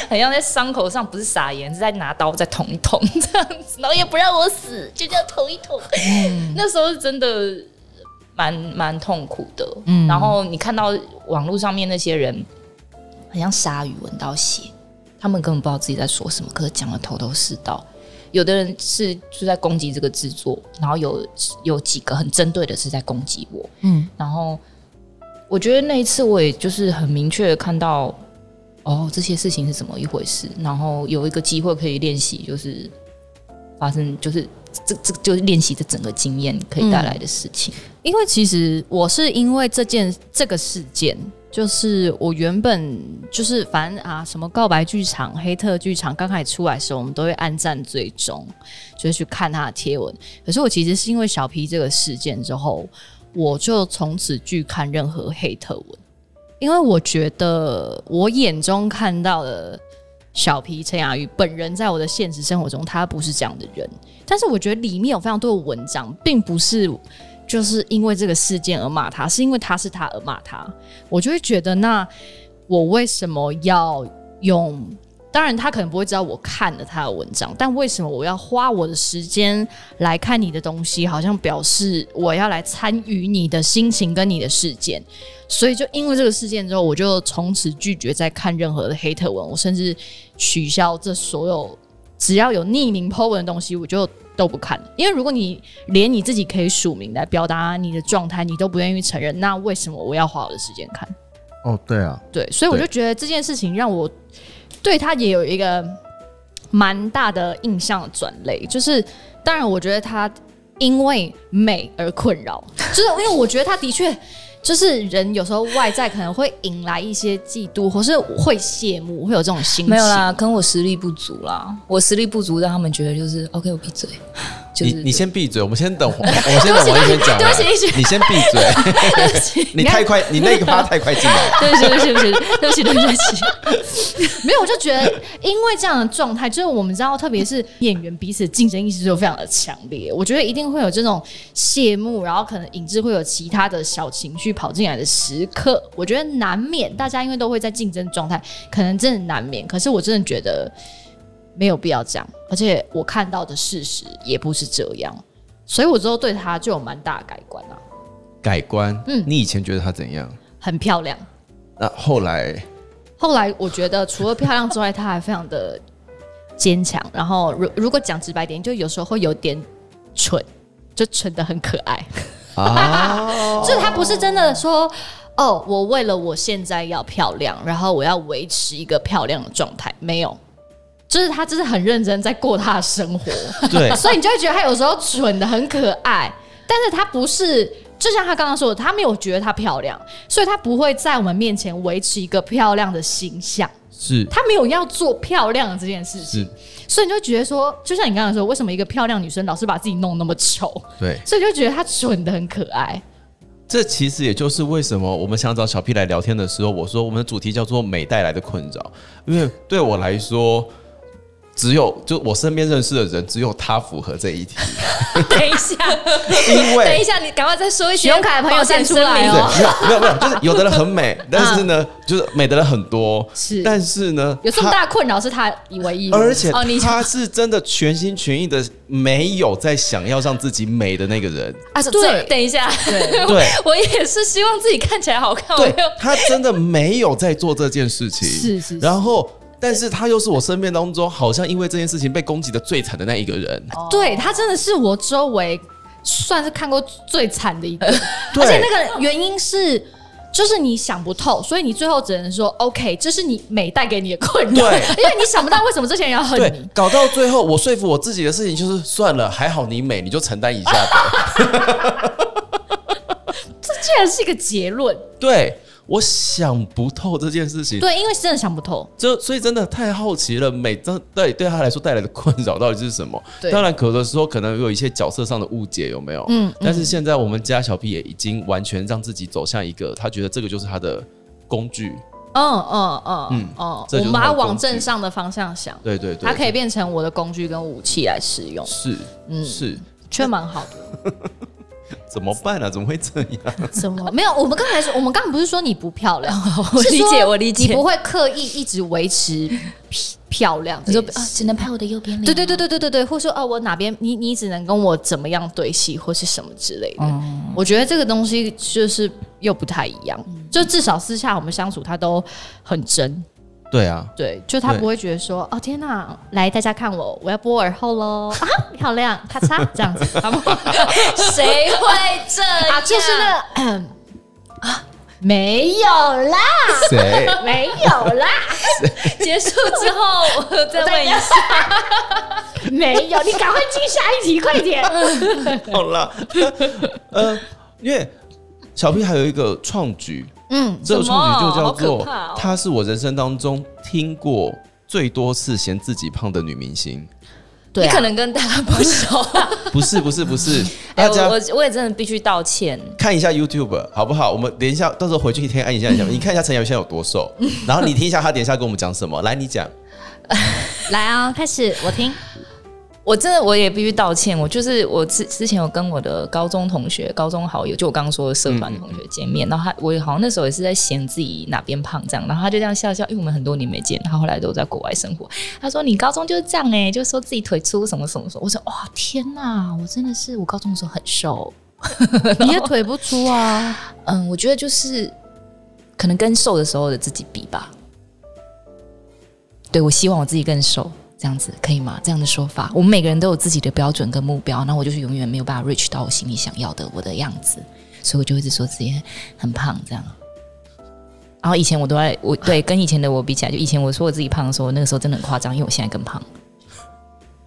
很像在伤口上，不是撒盐，是在拿刀在捅一捅这样子，然后也不让我死，就这样捅一捅。 那时候是真的蛮蛮痛苦的。嗯，然后你看到网络上面那些人，很像鲨鱼闻到血，他们根本不知道自己在说什么，可是讲的头头是道。有的人是就在攻击这个制作，然后有有几个很针对的是在攻击我，嗯，然后我觉得那一次我也就是很明确的看到，哦，这些事情是怎么一回事，然后有一个机会可以练习，就是发生，就是这这就是练习这整个经验可以带来的事情。因为其实我是因为这件这个事件，就是我原本就是反正啊，什么告白剧场、黑特剧场刚开始出来的时候，我们都会暗赞追踪，就是去看他的贴文。可是我其实是因为小 P 这个事件之后，我就从此拒看任何黑特文，因为我觉得我眼中看到的小 P 陈雅玉本人，在我的现实生活中，他不是这样的人。但是我觉得里面有非常多的文章，并不是就是因为这个事件而骂他，是因为他是他而骂他，我就会觉得那我为什么要用？当然，他可能不会知道我看了他的文章，但为什么我要花我的时间来看你的东西？好像表示我要来参与你的心情跟你的事件。所以，就因为这个事件之后，我就从此拒绝再看任何的黑特文，我甚至取消这所有只要有匿名 po 文的东西，我就都不看了。因为如果你连你自己可以署名来表达你的状态，你都不愿意承认，那为什么我要花我的时间看？哦，对啊，对，所以我就觉得这件事情让我对他也有一个蛮大的印象的转类，就是当然我觉得他因为美而困扰， 就是因为我觉得他的确。就是人有时候外在可能会引来一些嫉妒，或是会羡慕，会有这种心情。没有啦，跟我实力不足啦，我实力不足让他们觉得就是 OK，我闭嘴，就你是你先闭嘴，我们先 等，我们先等王一轩讲完。对不起对不起你先闭嘴， 你太快，你那个趴太快进来了。对不起，对不起，对不起，对不起，对不起，没有，我就觉得，因为这样的状态，就是我们知道，特别是演员彼此竞争意识就非常的强烈。我觉得一定会有这种羡慕，然后可能引致会有其他的小情绪跑进来的时刻。我觉得难免，大家因为都会在竞争状态，可能真的难免。可是我真的觉得没有必要这样，而且我看到的事实也不是这样，所以我之后对他就有蛮大的改观啊，改观，嗯你以前觉得他怎样？很漂亮。那后 来后来我觉得，除了漂亮之外，她还非常的坚强。然后，如如果讲直白点，就有时候会有点蠢，就蠢的很可爱。啊，就是她不是真的说，哦，我为了我现在要漂亮，然后我要维持一个漂亮的状态，没有。就是她真的很认真在过她的生活，对，所以你就会觉得她有时候蠢的很可爱，但是她不是。就像她刚刚说的，她没有觉得她漂亮，所以她不会在我们面前维持一个漂亮的形象。是她没有要做漂亮的这件事情是，，所以你就觉得说，就像你刚刚说，为什么一个漂亮女生老是把自己弄那么丑？ 对。所以你就觉得她蠢的很可爱。这其实也就是为什么我们想找小 P 来聊天的时候，我说我们的主题叫做“美带来的困扰”，因为对我来说，只有就我身边认识的人，只有他符合这一 题，等一下，因为等一下，你赶快再说一些信用卡的朋友站出来哦对，嗯没有没有没有，就是有的人很美，但是呢，就是美的人很多，是但是呢，有这么大的困扰是她以为意，他，而且哦你他是真的全心全意的，没有在想要让自己美的那个人，啊，对对，等一下， 对我也是希望自己看起来好看，我对没有，他真的没有在做这件事情，是是是然后。但是他又是我身边当中好像因为这件事情被攻击的最惨的那一个人，对她真的是我周围算是看过最惨的一个，呃对而且那个原因是。就是你想不透，所以你最后只能说 OK，这是你美带给你的困扰，对 因为你想不到为什么这些人要恨对你。，搞到最后我说服我自己的事情就是算了，还好你美，你就承担一 下吧。这竟然是一个结论，对，我想不透这件事情。对，因为真的想不透，这所以真的太好奇了，每张对对他来说带来的困扰到底是什么？对当然，有的时候可能有一些角色上的误解，有没有？嗯。但是现在我们家小 P 也已经完全让自己走向一个，他觉得这个就是他的工具。嗯嗯嗯嗯嗯，哦这我就是们把它它的工往具正向的方向想，对对对，它可以变成我的工具跟武器来使用，是嗯是，却蛮好的。怎么办啊？怎么会这样？怎么没有？我们刚才说，我们刚刚不是说你不漂亮，我是理说解，我理你解不。会刻意一直维持 漂亮你这说件事。啊，只能拍我的右边脸。对对对对对对对，或说哦，我哪边你你只能跟我怎么样对戏，或是什么之类的。我觉得这个东西就是又不太一样，就至少私下我们相处，他都很真，对啊，对，就他对不会觉得说哦天哪，来大家看我，我要播耳后喽啊，漂亮，咔嚓 这样子，他们谁会这样？啊就是那个咳 啊没 有啦，谁？没有啦，结束之后，我再问一下，没有，你赶快进下一题，快点。好啦， 呃，因为小 P 还有一个创举，嗯，这个什么创举就叫好可做怕哦，她是我人生当中听过最多次嫌自己胖的女明星。对、啊你可能跟大家不熟。不是不是不是， 哎、大我家我我也真的必须道歉。看一下 YouTube 好不好？我们连一下，到时候回去先按一下， 你看一下陈瑶现在有多瘦，然后你听一下她等一下跟我们讲什么。来，你讲，来啊，开始我听。我真的我也必须道歉，我就是我之之前有跟我的高中同学、高中好友，就我刚刚说的社团同学见面，然后他我好像那时候也是在嫌自己哪边胖这样，然后他就这样笑笑，因为我们很多年没见，他后来都在国外生活，他说你高中就是这样哎、就说自己腿粗什么什么什么，我说哇天哪，我真的是我高中的时候很瘦， 你的腿不粗啊，嗯，我觉得就是可能跟瘦的时候的自己比吧，对我希望我自己更瘦。这样子可以吗？这样的说法，我们每个人都有自己的标准跟目标，那我就是永远没有办法 reach 到我心里想要的我的样子，所以我就一直说自己很胖这样。然后以前我都在我对跟以前的我比起来，就以前我说我自己胖的时候，那个时候真的很夸张，因为我现在更胖。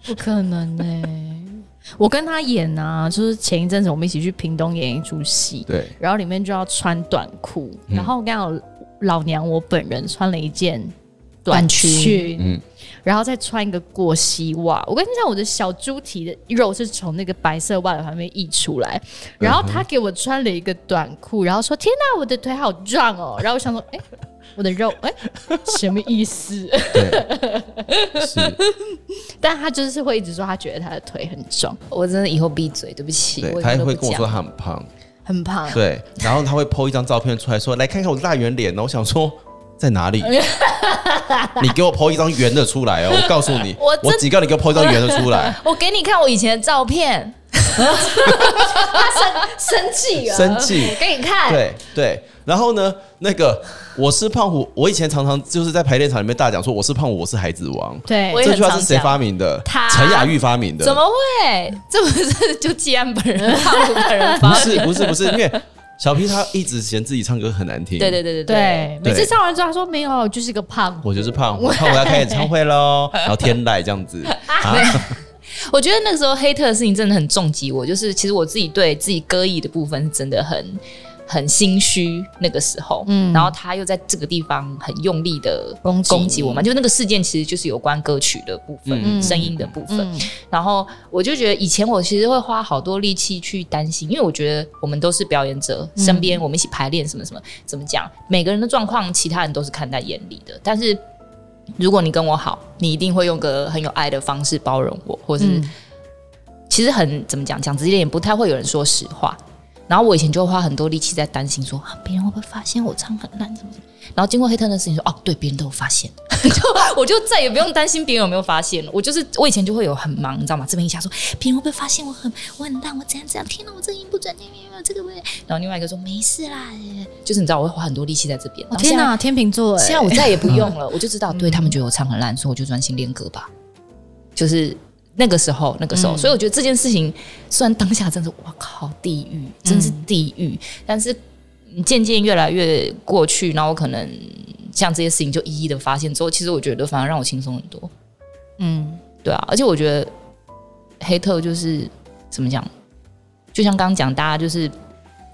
不可能欸呢、我跟他演啊，就是前一阵子我们一起去屏东演一出戏，对，然后里面就要穿短裤，嗯然后刚好老娘我本人穿了一件短短裙，裙嗯然后再穿一个过膝袜。我跟你讲，我的小猪蹄的肉是从那个白色袜的旁边溢出来，然后他给我穿了一个短裤，然后说：“天哪，我的腿好壮 哦！”然后我想说：“哎、我的肉，哎、什么意思？” 对，是，但他就是会一直说他觉得他的腿很壮，我真的以后闭嘴，对不起。对，我以她后都会不跟我讲说她很胖，很胖。对，然后她会 po 一张照片出来说，来看看我大圆脸哦，我想说。在哪 里？你给我 po 一张圆的出来哦！我告诉你， 我我真警告你，给我 po 一张圆的出 来。我哦给你看我以前的照片，生气了，生气我给你看，对对，然后呢，那个我是胖虎，我以前常常就是在排练场里面大讲说我是胖虎，我是孩子王。对我也这很句话是常谁讲发明的他？陈雅玉发明的。怎么会？这不是就季安本人、 胖虎本人发不的？是不是不是，因为小 P 他一直嫌自己唱歌很难听。对对对对对，每次对上完之后他说没有，我就是个胖虎。我就是胖虎，胖虎要开演唱会 喽，然后天籁这样子啊，我觉得那个时候黑特的事情真的很重击我，就是其实我自己对自己歌艺的部分是真的很很心虚那个时候，嗯，然后他又在这个地方很用力的攻击攻击我嘛，就那个事件其实就是有关歌曲的部分、嗯声音的部分，然后我就觉得以前我其实会花好多力气去担心，因为我觉得我们都是表演者，身边我们一起排练什么什么，怎么讲，每个人的状况其他人都是看在眼里的，但是。如果你跟我好，你一定会用个很有爱的方式包容我，或是、嗯其实很怎么讲，讲直接点，不太会有人说实话。然后我以前就会花很多力气在担心说，啊别人会不会发现我唱很烂什么什么。然后经过黑特的事情说，哦，对，别人都有发现， 就我就再也不用担心别人有没有发现了。我就是我以前就会有很忙，你知道吗？这边一下说别人会不会发现我很我很烂，我怎样怎样，天哪，我这音不准，天哪，这个不对。然后另外一个说没事啦，就是你知道我会花很多力气在这边。哦然后现天在哪，天秤座哎，现在我再也不用了，我就知道，对他们觉得我唱很烂，所以我就专心练歌吧。就是那个时候，那个时候，所以我觉得这件事情虽然当下真是哇靠地狱，真是地狱，但是嗯渐渐越来越过去，然后我可能像这些事情就一一的发现之后，其实我觉得反而让我轻松很多。嗯，对啊，而且我觉得黑特就是怎么讲，就像刚刚讲，大家就是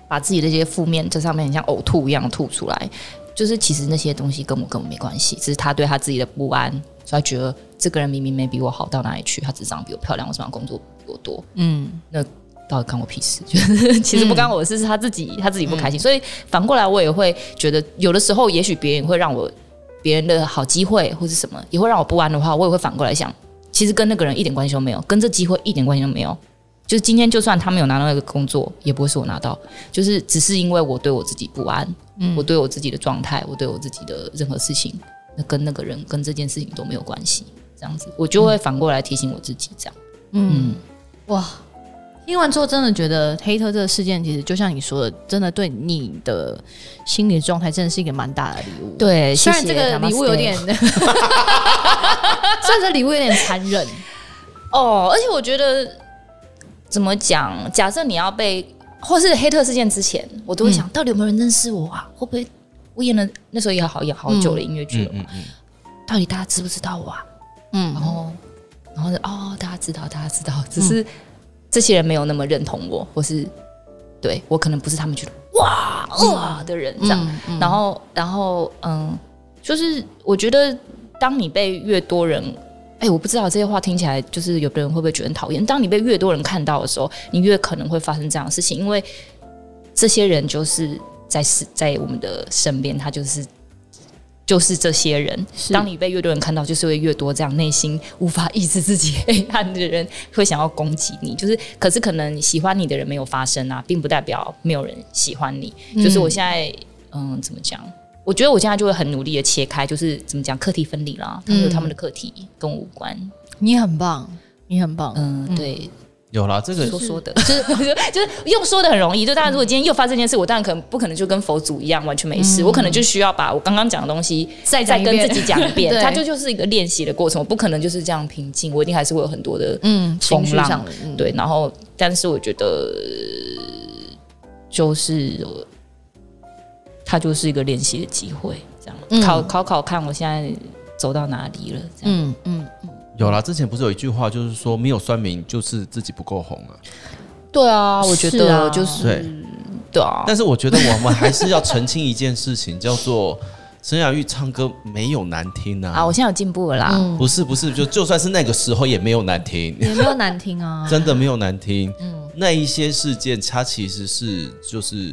把自己的这些负面在上面很像呕吐一样吐出来。就是其实那些东西跟我根本没关系，只是他对他自己的不安，所以他觉得这个人明明没比我好到哪里去，他只长得比我漂亮，为什么要工作比我多？嗯，那到底干我屁事？ 就是其实不干我的事，是他自己他自己不开心。所以反过来，我也会觉得，有的时候也许别人会让我别人的好机会或是什么，也会让我不安的话，我也会反过来想，其实跟那个人一点关系都没有，跟这机会一点关系都没有。就是今天，就算他没有拿到那个工作，也不会是我拿到，就是只是因为我对我自己不安，我对我自己的状态，我对我自己的任何事情，那跟那个人跟这件事情都没有关系。这样子，我就会反过来提醒我自己，这样。嗯哇，听完之后真的觉得黑特这个事件，其实就像你说的，真的对你的心理状态真的是一个蛮大的礼物。，对，虽然谢这谢个礼物有 Namaste 点，虽然这礼物有点残忍，哦，而且我觉得怎么讲？假设你要被，或是黑特事件之前，我都会想、到底有没有人认识我啊？会不会我演了那时候也好演好久的音乐剧了嘛？嗯，到底大家知不知道我啊？然嗯后，然后哦，大家知道，大家知道，只是、这些人没有那么认同我，或是对我可能不是他们觉得哇哇的人这样。嗯嗯然后，然后，嗯，就是我觉得，当你被越多人，哎、我不知道这些话听起来，就是有的人会不会觉得很讨厌？当你被越多人看到的时候，你越可能会发生这样的事情，因为这些人就是在是在我们的身边，他就是就是这些人。是当你被越多人看到，就是会越多这样内心无法抑制自己 黑暗的人会想要攻击你。就是，可是可能喜欢你的人没有发生啊，并不代表没有人喜欢你。就是我现在，嗯，怎么讲？我觉得我现在就会很努力的切开，就是怎么讲课题分离啦，他们有他们的课题，跟我无关。你很棒，你很棒，嗯，对，有啦，这个说说的，就是 就是用说的很容易。就当然，如果今天又发生这件事，我当然可能不可能就跟佛祖一样完全没事，我可能就需要把我刚刚讲的东西再再再跟自己嗯讲一 遍对。它就就是一个练习的过程，我不可能就是这样平静，我一定还是会有很多的嗯情绪风浪上的嗯对。然后，但是我觉得就是它就是一个练习的机会，这样、嗯考考考看我现在走到哪里了，这样。嗯嗯，有啦。之前不是有一句话，就是说没有酸民就是自己不够红啊。嗯对啊，我觉是得啊就是对，对啊，但是我觉得我们还是要澄清一件事情，叫做陈雅玉唱歌没有难听啊，啊我。现在有进步了啦。不是不是，就就算是那个时候也没有难听。，也没有难听啊真的没有难听。那一些事件，它其实是就是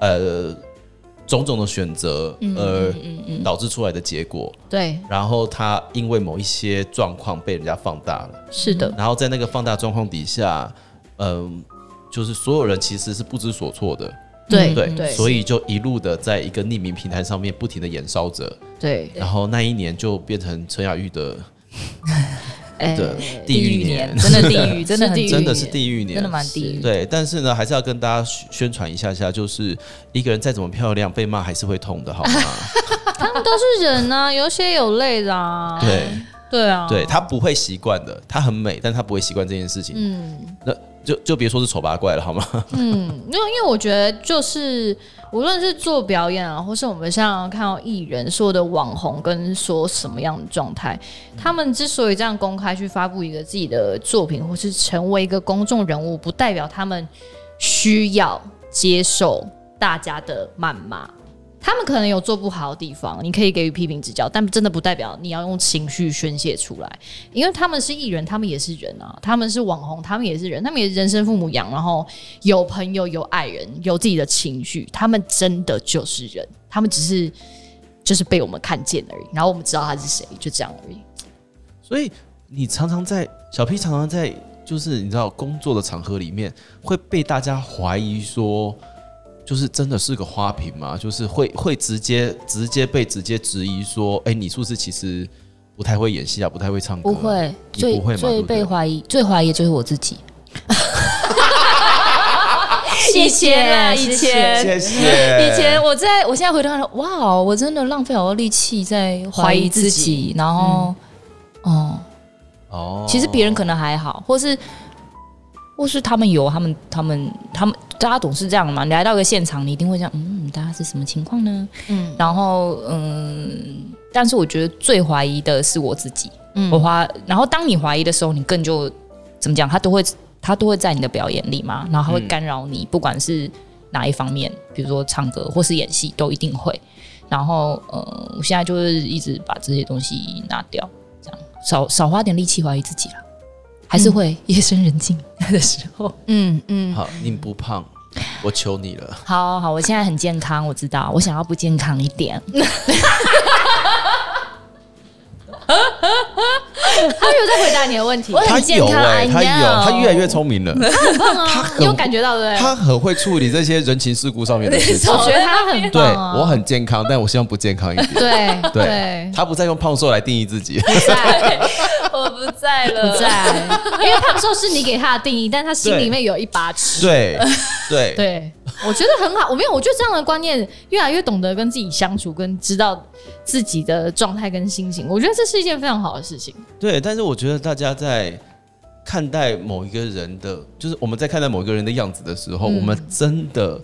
呃种种的选择而导致出来的结果。 对，然后他因为某一些状况被人家放大了，是的，然后在那个放大状况底下，嗯、就是所有人其实是不知所措的，对对，对所以就一路的在一个匿名平台上面不停的燃烧着，对，然后那一年就变成陈雅玉的哎的地狱年，真的地 狱，真的是很地狱真的是地狱年，真的蛮地狱。对，但是呢，还是要跟大家宣宣传一下下，就是一个人再怎么漂亮，被骂还是会痛的，好吗？ 他们都是人啊，有血有泪的啊，对，对啊，哦对他不会习惯的，他很美，但他不会习惯这件事情。嗯那就就别说是丑八怪了，好吗？ 嗯，因为因为我觉得就是无论是做表演啊，或是我们像看到艺人说的网红跟说什么样的状态，他们之所以这样公开去发布一个自己的作品，或是成为一个公众人物，不代表他们需要接受大家的谩骂。他们可能有做不好的地方，你可以给予批评指教，但真的不代表你要用情绪宣泄出来，因为他们是艺人，他们也是人啊，他们是网红，他们也是人，他们也是人生父母养，然后有朋友，有爱人，有自己的情绪，他们真的就是人，他们只是就是被我们看见而已，然后我们知道他是谁，就这样而已。所以你常常在小 P 常常在就是你知道工作的场合里面会被大家怀疑说，就是真的是个花瓶吗？就是会会直接直接被直接质疑说，哎、你是不是其实不太会演戏啊，不太会唱歌啊？不会，你最不会吗对最不对被怀疑，最怀疑的就是我 自己。谢谢啦谢以谢谢前谢。 以前我在我现在回头看，哇哦，我真的浪费好多力气在怀疑自怀疑己，然嗯后，嗯哦，哦，其实别人可能还好，或是或是他们有他们他们他们，大家总是这样嘛。你来到一个现场，你一定会想，嗯，大家是什么情况呢？嗯然后嗯，但是我觉得最怀疑的是我自己。嗯我怀，然后当你怀疑的时候，你更就怎么讲，他都会他都会在你的表演里嘛，然后他会嗯干扰你，不管是哪一方面，比如说唱歌或是演戏，都一定会。然后，呃，我现在就是一直把这些东西拿掉，这样少少花点力气怀疑自己啦，还是会夜深人静的时候。嗯嗯，哦好，你不胖，我求你 了。 好好，我现在很健康，我知道，我想要不健康一点。他有在回答你的问题，他有哎、他有，他越来越聪明了，他很你有感觉到对不对？他很会处理这些人情世故上面的 事情。我觉得他很对棒啊，我很健康，但我希望不健康一 点。对对，他不再用胖瘦来定义自己。我不在了不在，因为胖瘦是你给他的定义，但他心里面有一把尺。 对对对，我觉得很好。我没有，我觉得这样的观念越来越懂得跟自己相处，跟知道自己的状态跟心情。我觉得这是一件非常好的事情。对，但是我觉得大家在看待某一个人的，就是我们在看待某一个人的样子的时嗯候，我们真的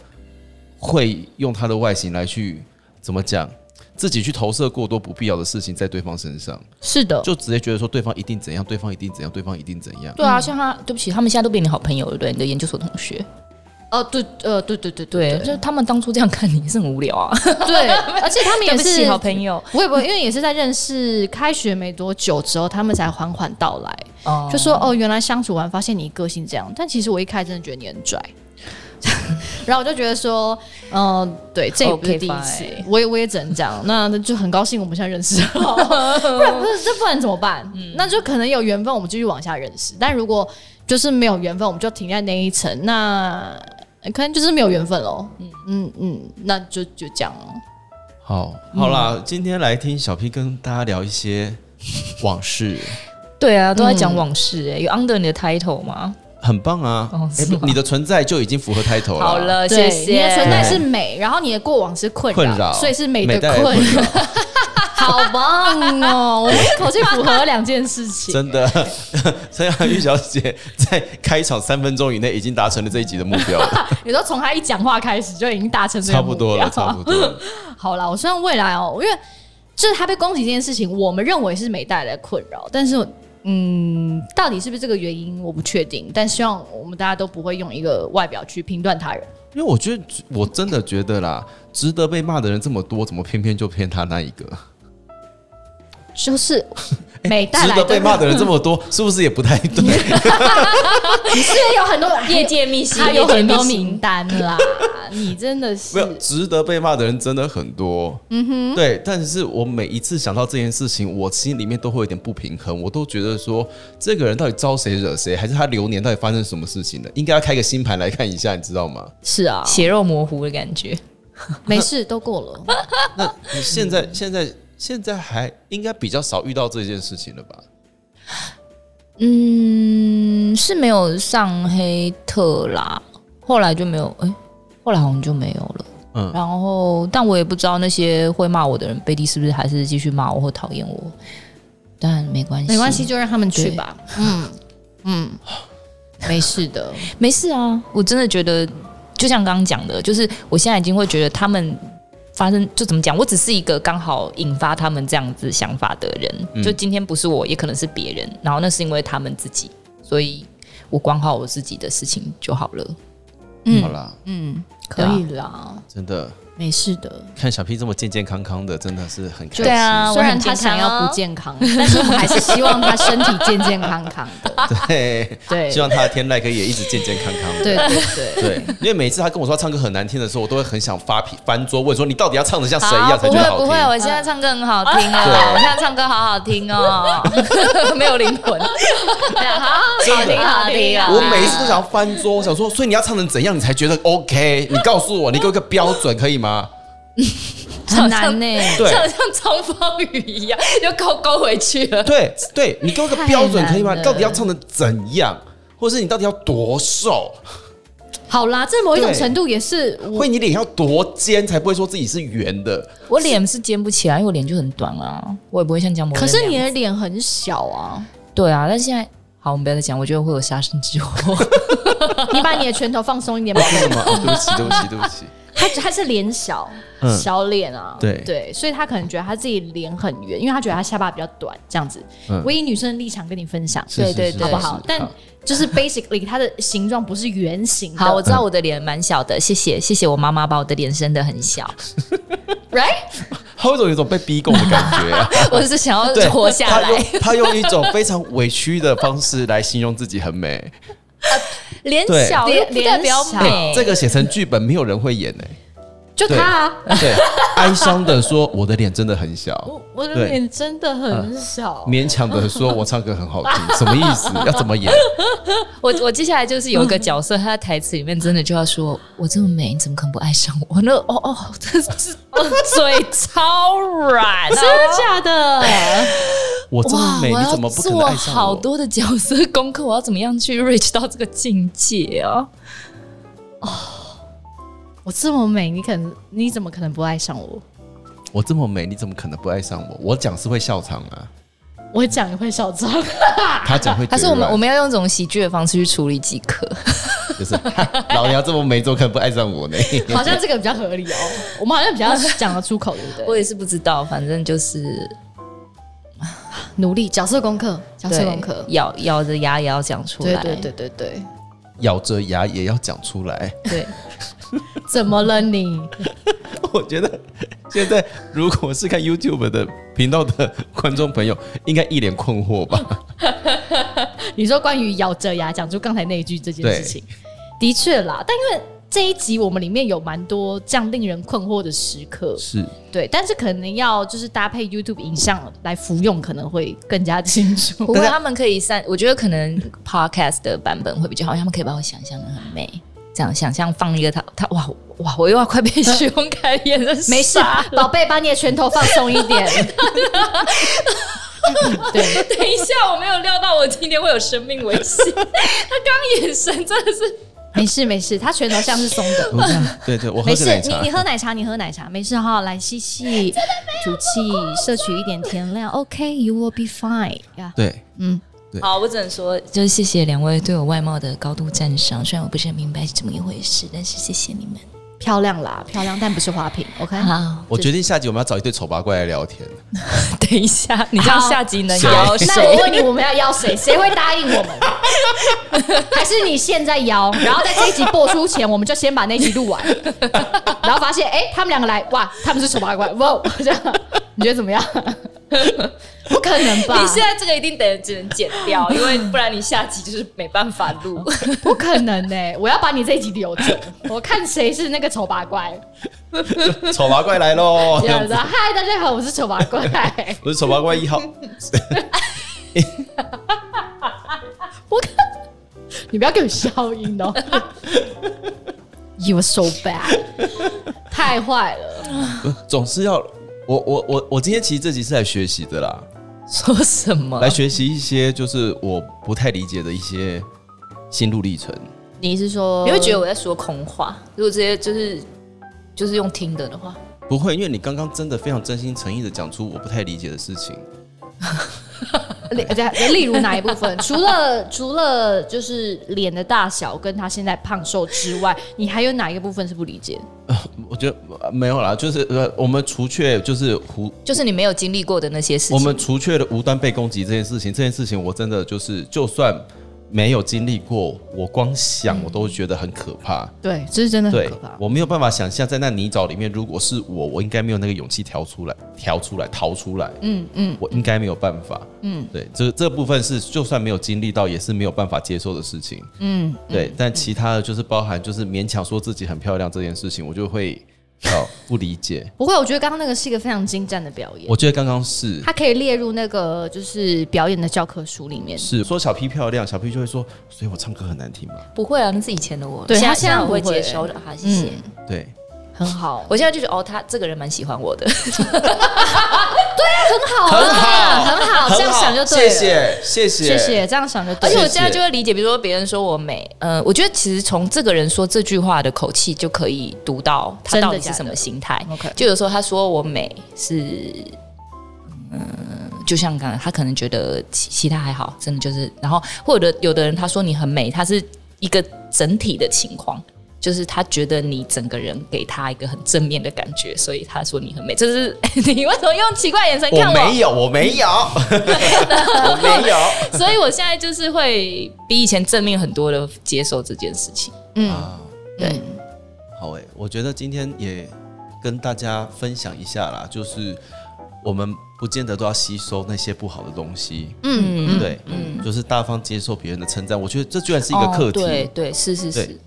会用他的外形来去怎么讲，自己去投射过多不必要的事情在对方身上，是的，就直接觉得说对方一定怎样，对方一定怎样，对方一定怎样。对啊，像他，对不起，他们现在都变你好朋友了，对不对？你的研究所同学，哦，对，呃，对对对对，对就是他们当初这样看你也是很无聊啊。对，而且他们也 对不起是好朋友，不会不会，因为也是在认识开学没多久之后，他们才缓缓到来，哦就 说哦，原来相处完发现你个性这样，但其实我一开始真的觉得你很拽，然后我就觉得说，嗯、对，这也不是 OK，第一次 fine 我也我也只能这样，那那就很高兴我们现在认识了，不然不是这不然怎么办？那就可能有缘分，我们继续往下认识，但如果就是没有缘分，我们就停在那一层，那可能就是没有缘分喽，嗯嗯嗯，那就就这样咯好，好啦，今天来听小 P 跟大家聊一 些往事，对啊，都在讲往事哎、有 under 你的 title 吗？很棒啊！哦诶是吗不你的存在就已经符合 title 了。好，了，对谢谢。你的存在是美，然后你的过往是困困扰，所以是美的带来困困，扰，好棒哦！ 我一口气符合了两件事情，真的， 陈雅玉小姐在开场三分钟以内已经达成了这一集的目标 了，你说从他一讲话开始就已经达成这个差不多了，目标差不多 了。好啦，我希望未来哦，因为就是他被攻击这件事情，我们认为是美带来的困扰，但是嗯，到底是不是这个原因，我不确定。但希望我们大家都不会用一个外表去评断他人。因为我觉得，我真的觉得啦，值得被骂的人这么多，怎么偏偏就偏他那一个？哎就是美带值来得的被骂的人这么多，是不是也不太对？你是不是有很多业界秘辛，他有很多业界秘辛名单啦，你真的是没有，值得被骂的人真的很多。嗯哼，对。但是我每一次想到这件事情，我心里面都会有点不平衡，我都觉得说，这个人到底招谁惹谁，还是他流年到底发生什么事情了？应该要开个星盘来看一下，你知道吗？ 是啊，血肉模糊的感觉。没事，都过了。那你现在现在现在还应该比较少遇到这件事情了吧？嗯，是没有上黑特啦，后来就没有，哎、后来好像就没有了。嗯然后，但我也不知道那些会骂我的人，贝蒂是不是还是继续骂我或讨厌我，但没关系，没关系，，就让他们去吧。嗯嗯，没事的。没事啊。我真的觉得，就像刚刚讲的，就是我现在已经会觉得他们发生就怎么讲，我只是一个刚好引发他们这样子想法的人。就今天不是我，也可能是别人，然后那是因为他们自己，所以我管好我自己的事情就好了。好啦，嗯，可对啊以啦，真的没事的。看小 P 这么健健康康的，真的是很开对啊虽我然很他健想康 要哦不健康，但是我们还是希望他身体健健康康的。心。 对，对希望他的天籁可以也一直健健康康的。对对对。 对，因为每次他跟我说他唱歌很难听的时候，我都会很想发脾翻桌，问说你到底要唱的像谁一样才不觉得会好不听？会，我现在唱歌很好听对哦，我现在唱歌好好听哦， 没有灵 魂，对啊，好好听好听啊！我每一次都想要翻桌，我想说，所以你要唱成怎样你才觉得 OK？你告诉我，你给我一个标准可以吗？很难呢、对唱得像张方宇一样，就勾勾回去了。对对，你给我一个标准可以吗？太难了你到底要唱成怎样，或是你到底要多瘦？ 好啦，这某一种对程度也是我会你脸要多尖才不会说自己是圆的？我脸是尖不起来，因为我脸就很短啊，我也不会像姜博。可是你的脸很小啊， 对啊，但现在好，我们不要再讲，我觉得会有杀身之祸。你把你的拳头放松一点吧。啊真的吗？哦对不起，对不起，对不起。他他是脸小嗯小脸啊，对对，所以他可能觉得他自己脸很圆，因为他觉得他下巴比较短，这样子嗯。我以女生的立场跟你分享，是对对是对是好不是好？但就是 basically 它的形状不是圆形的，好，我知道我的脸蛮小的，谢谢谢谢我妈妈把我的脸生的很 小， 他会有一种被逼供的感觉、 啊，我只是想对，要活下他用来。他用一种非常委屈的方式来形容自己很美，脸对小又不代表脸哎美，这个写成剧本没有人会演哎、就他啊，对，哀伤的说我的脸真的很小，我我的对嗯脸真的很小，勉强的说我唱歌很好听，什么意思？要怎么演？我我接下来就是有一个角色，他的台词里面真的就要说：“我这么美，你怎么可能不爱上我？”那哦哦，这 是哦嘴超软、啊，真的假的？ 我这么美，我你要怎么不可能做爱上我？好多的角色功课，我要怎么样去 reach 到这个境界啊？我这么美，你可能你怎么可能不爱上我？我这么美，你怎么可能不爱上我？我讲是会笑场啊，我讲也会笑场，他讲会嘴软。还是我们我们要用这种喜剧的方式去处理即可？就是 哈老娘这么美，怎么可能不爱上我呢？ 好像这个比较合理哦。 我们好像比较讲得出口，对不对？我也是不知道，反正就是努力角色功课，角色对功课，咬咬着牙也要讲出对来。对对对对，咬着牙也要讲出来。 对 怎么了你？我觉得现在如果是看 YouTube 的频道的观众朋友，应该一脸困惑吧？你说关于咬着牙讲出刚才那一句这件对事情，的确啦，但因为这一集我们里面有蛮多这样令人困惑的时刻，是，对，但是可能要就是搭配 YouTube 影像来服用，可能会更加清楚。 不 过他们可以三，我觉得可能 podcast 的版本会比较好，因为他们可以把我想象的很美，这样想象放一个他他哇哇，我又要快被熊凯眼神没 事杀，宝贝，把你的拳头放松一 点。对，等一下，我没有料到我今天会有生命危 险。他刚眼神真的是 没事没事，他拳头像是松的。我这样对对，我喝没个事奶，你茶你。喝奶茶，你喝奶茶，没事哈，来吸气，吐气，摄取一点甜料，OK，you、will be fine 呀、对，好，我只能说，就是谢谢两位对我外貌的高度赞赏。虽然我不是很明白是怎么一回事，但是谢谢你们。漂亮啦，漂亮，但不是花瓶，OK。啊好，我决定下集我们要找一对丑八怪来聊天。等一下，你这样好下集能邀谁谁？那我问你，我们要邀谁？谁会答应我们？ 还是你现在邀？然后在这一集播出前，我们就先把那集录完，然后发现哎、诶他们两个来，哇，他们是丑八怪，哇，这样你觉得 怎么样？不可能吧？ 你现在这个一定得只能剪掉，因为不然你下集就是没办法 录。 不可能呢、我要把你这一集留 着，我看谁是那个丑八怪。丑八怪来喽！ 这这样样 子，啊子，嗨，大家好，我是丑八怪， 我是丑八怪一号。你不要给我消音哦。You are so bad，太坏了。总是要我我我我今天其实这集是来学习的啦，说什么来学习一些就是我不太理解的一些心路历程。你是说你会觉得我在说空话？如果直接就是就是用听的的话，不会，因为你刚刚真的非常真心诚意的讲出我不太理解的事情。例呃例如哪一部 分？除了除了就是脸的大小跟他现在胖瘦之外，你还有哪一个部分是不理解？我觉得呃没有啦，就是呃，我们除却就是胡，就是你没有经历过的那些事情。我们除却了无端被攻击这件事情，这件事情我真的就是就算没有经历过，我光想我都觉得很可怕。对，这是真的对，我没有办法想象在那泥沼里面，如果是我，我应该没有那个勇气跳出来，跳出来，逃出来。嗯嗯，我应该没有办法。嗯，对，这这部分是就算没有经历到，也是没有办法接受的事情。嗯，对，但其他的就是包含就是勉强说自己很漂亮这件事情，我就会哦不理 解。不会，我觉得刚刚那个是一个非常精湛的表演我，觉得刚刚是它可以列入那个就是表演的教科书里面。是说小 P 漂亮，小 P 就会说，所以我唱歌很难听嘛。不会啊，那是以前的我。对现他在现在我会不会嗯接收的。好，谢谢。对，很好，我现在就觉得哦，他这个人蛮喜欢我的。哦很好，很好，很好，这样想就对谢了。谢，谢谢，谢谢，这样想就而对且了。我现在就会理解，比如说别人说我美，呃，我觉得其实从这个人说这句话的口气就可以读到他真的到底是假的什么心态。 OK 就有时候他说我美是，嗯、就像刚才他可能觉得其其他还好，真的就是，然后或者有的人他说你很美，他是一个整体的情况。就是他觉得你整个人给他一个很正面的感觉，所以他说你很美。就是 你为什么用奇怪眼神我哎看没有，我没有，我没有。 所以我现在就是会比以前正面很多的接受这件事情。啊，对，好诶、我觉得今天也跟大家分享一下啦，就是我们不见得都要吸收那些不好的东西，嗯，对，嗯，就是大方接受别人的称赞，我觉得这居然是一个课题，哦对对，是是对是，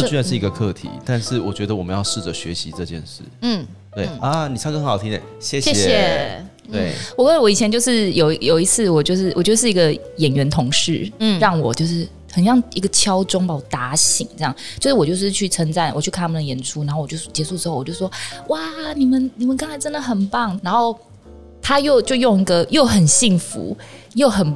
这居然是一个课题，但是我觉得我们要试着学习这件事，嗯，对、啊，你唱歌很好听诶，谢谢谢，对，我我以前就是有有一次，我就是我就是一个演员同事，嗯，让我就是很像一个敲钟把我打醒，这样就是我就是去称赞，我去看他们的演出，然后我就结束之后我就说，哇，你们你们刚才真的很棒，然后他又就用一个又很幸福又很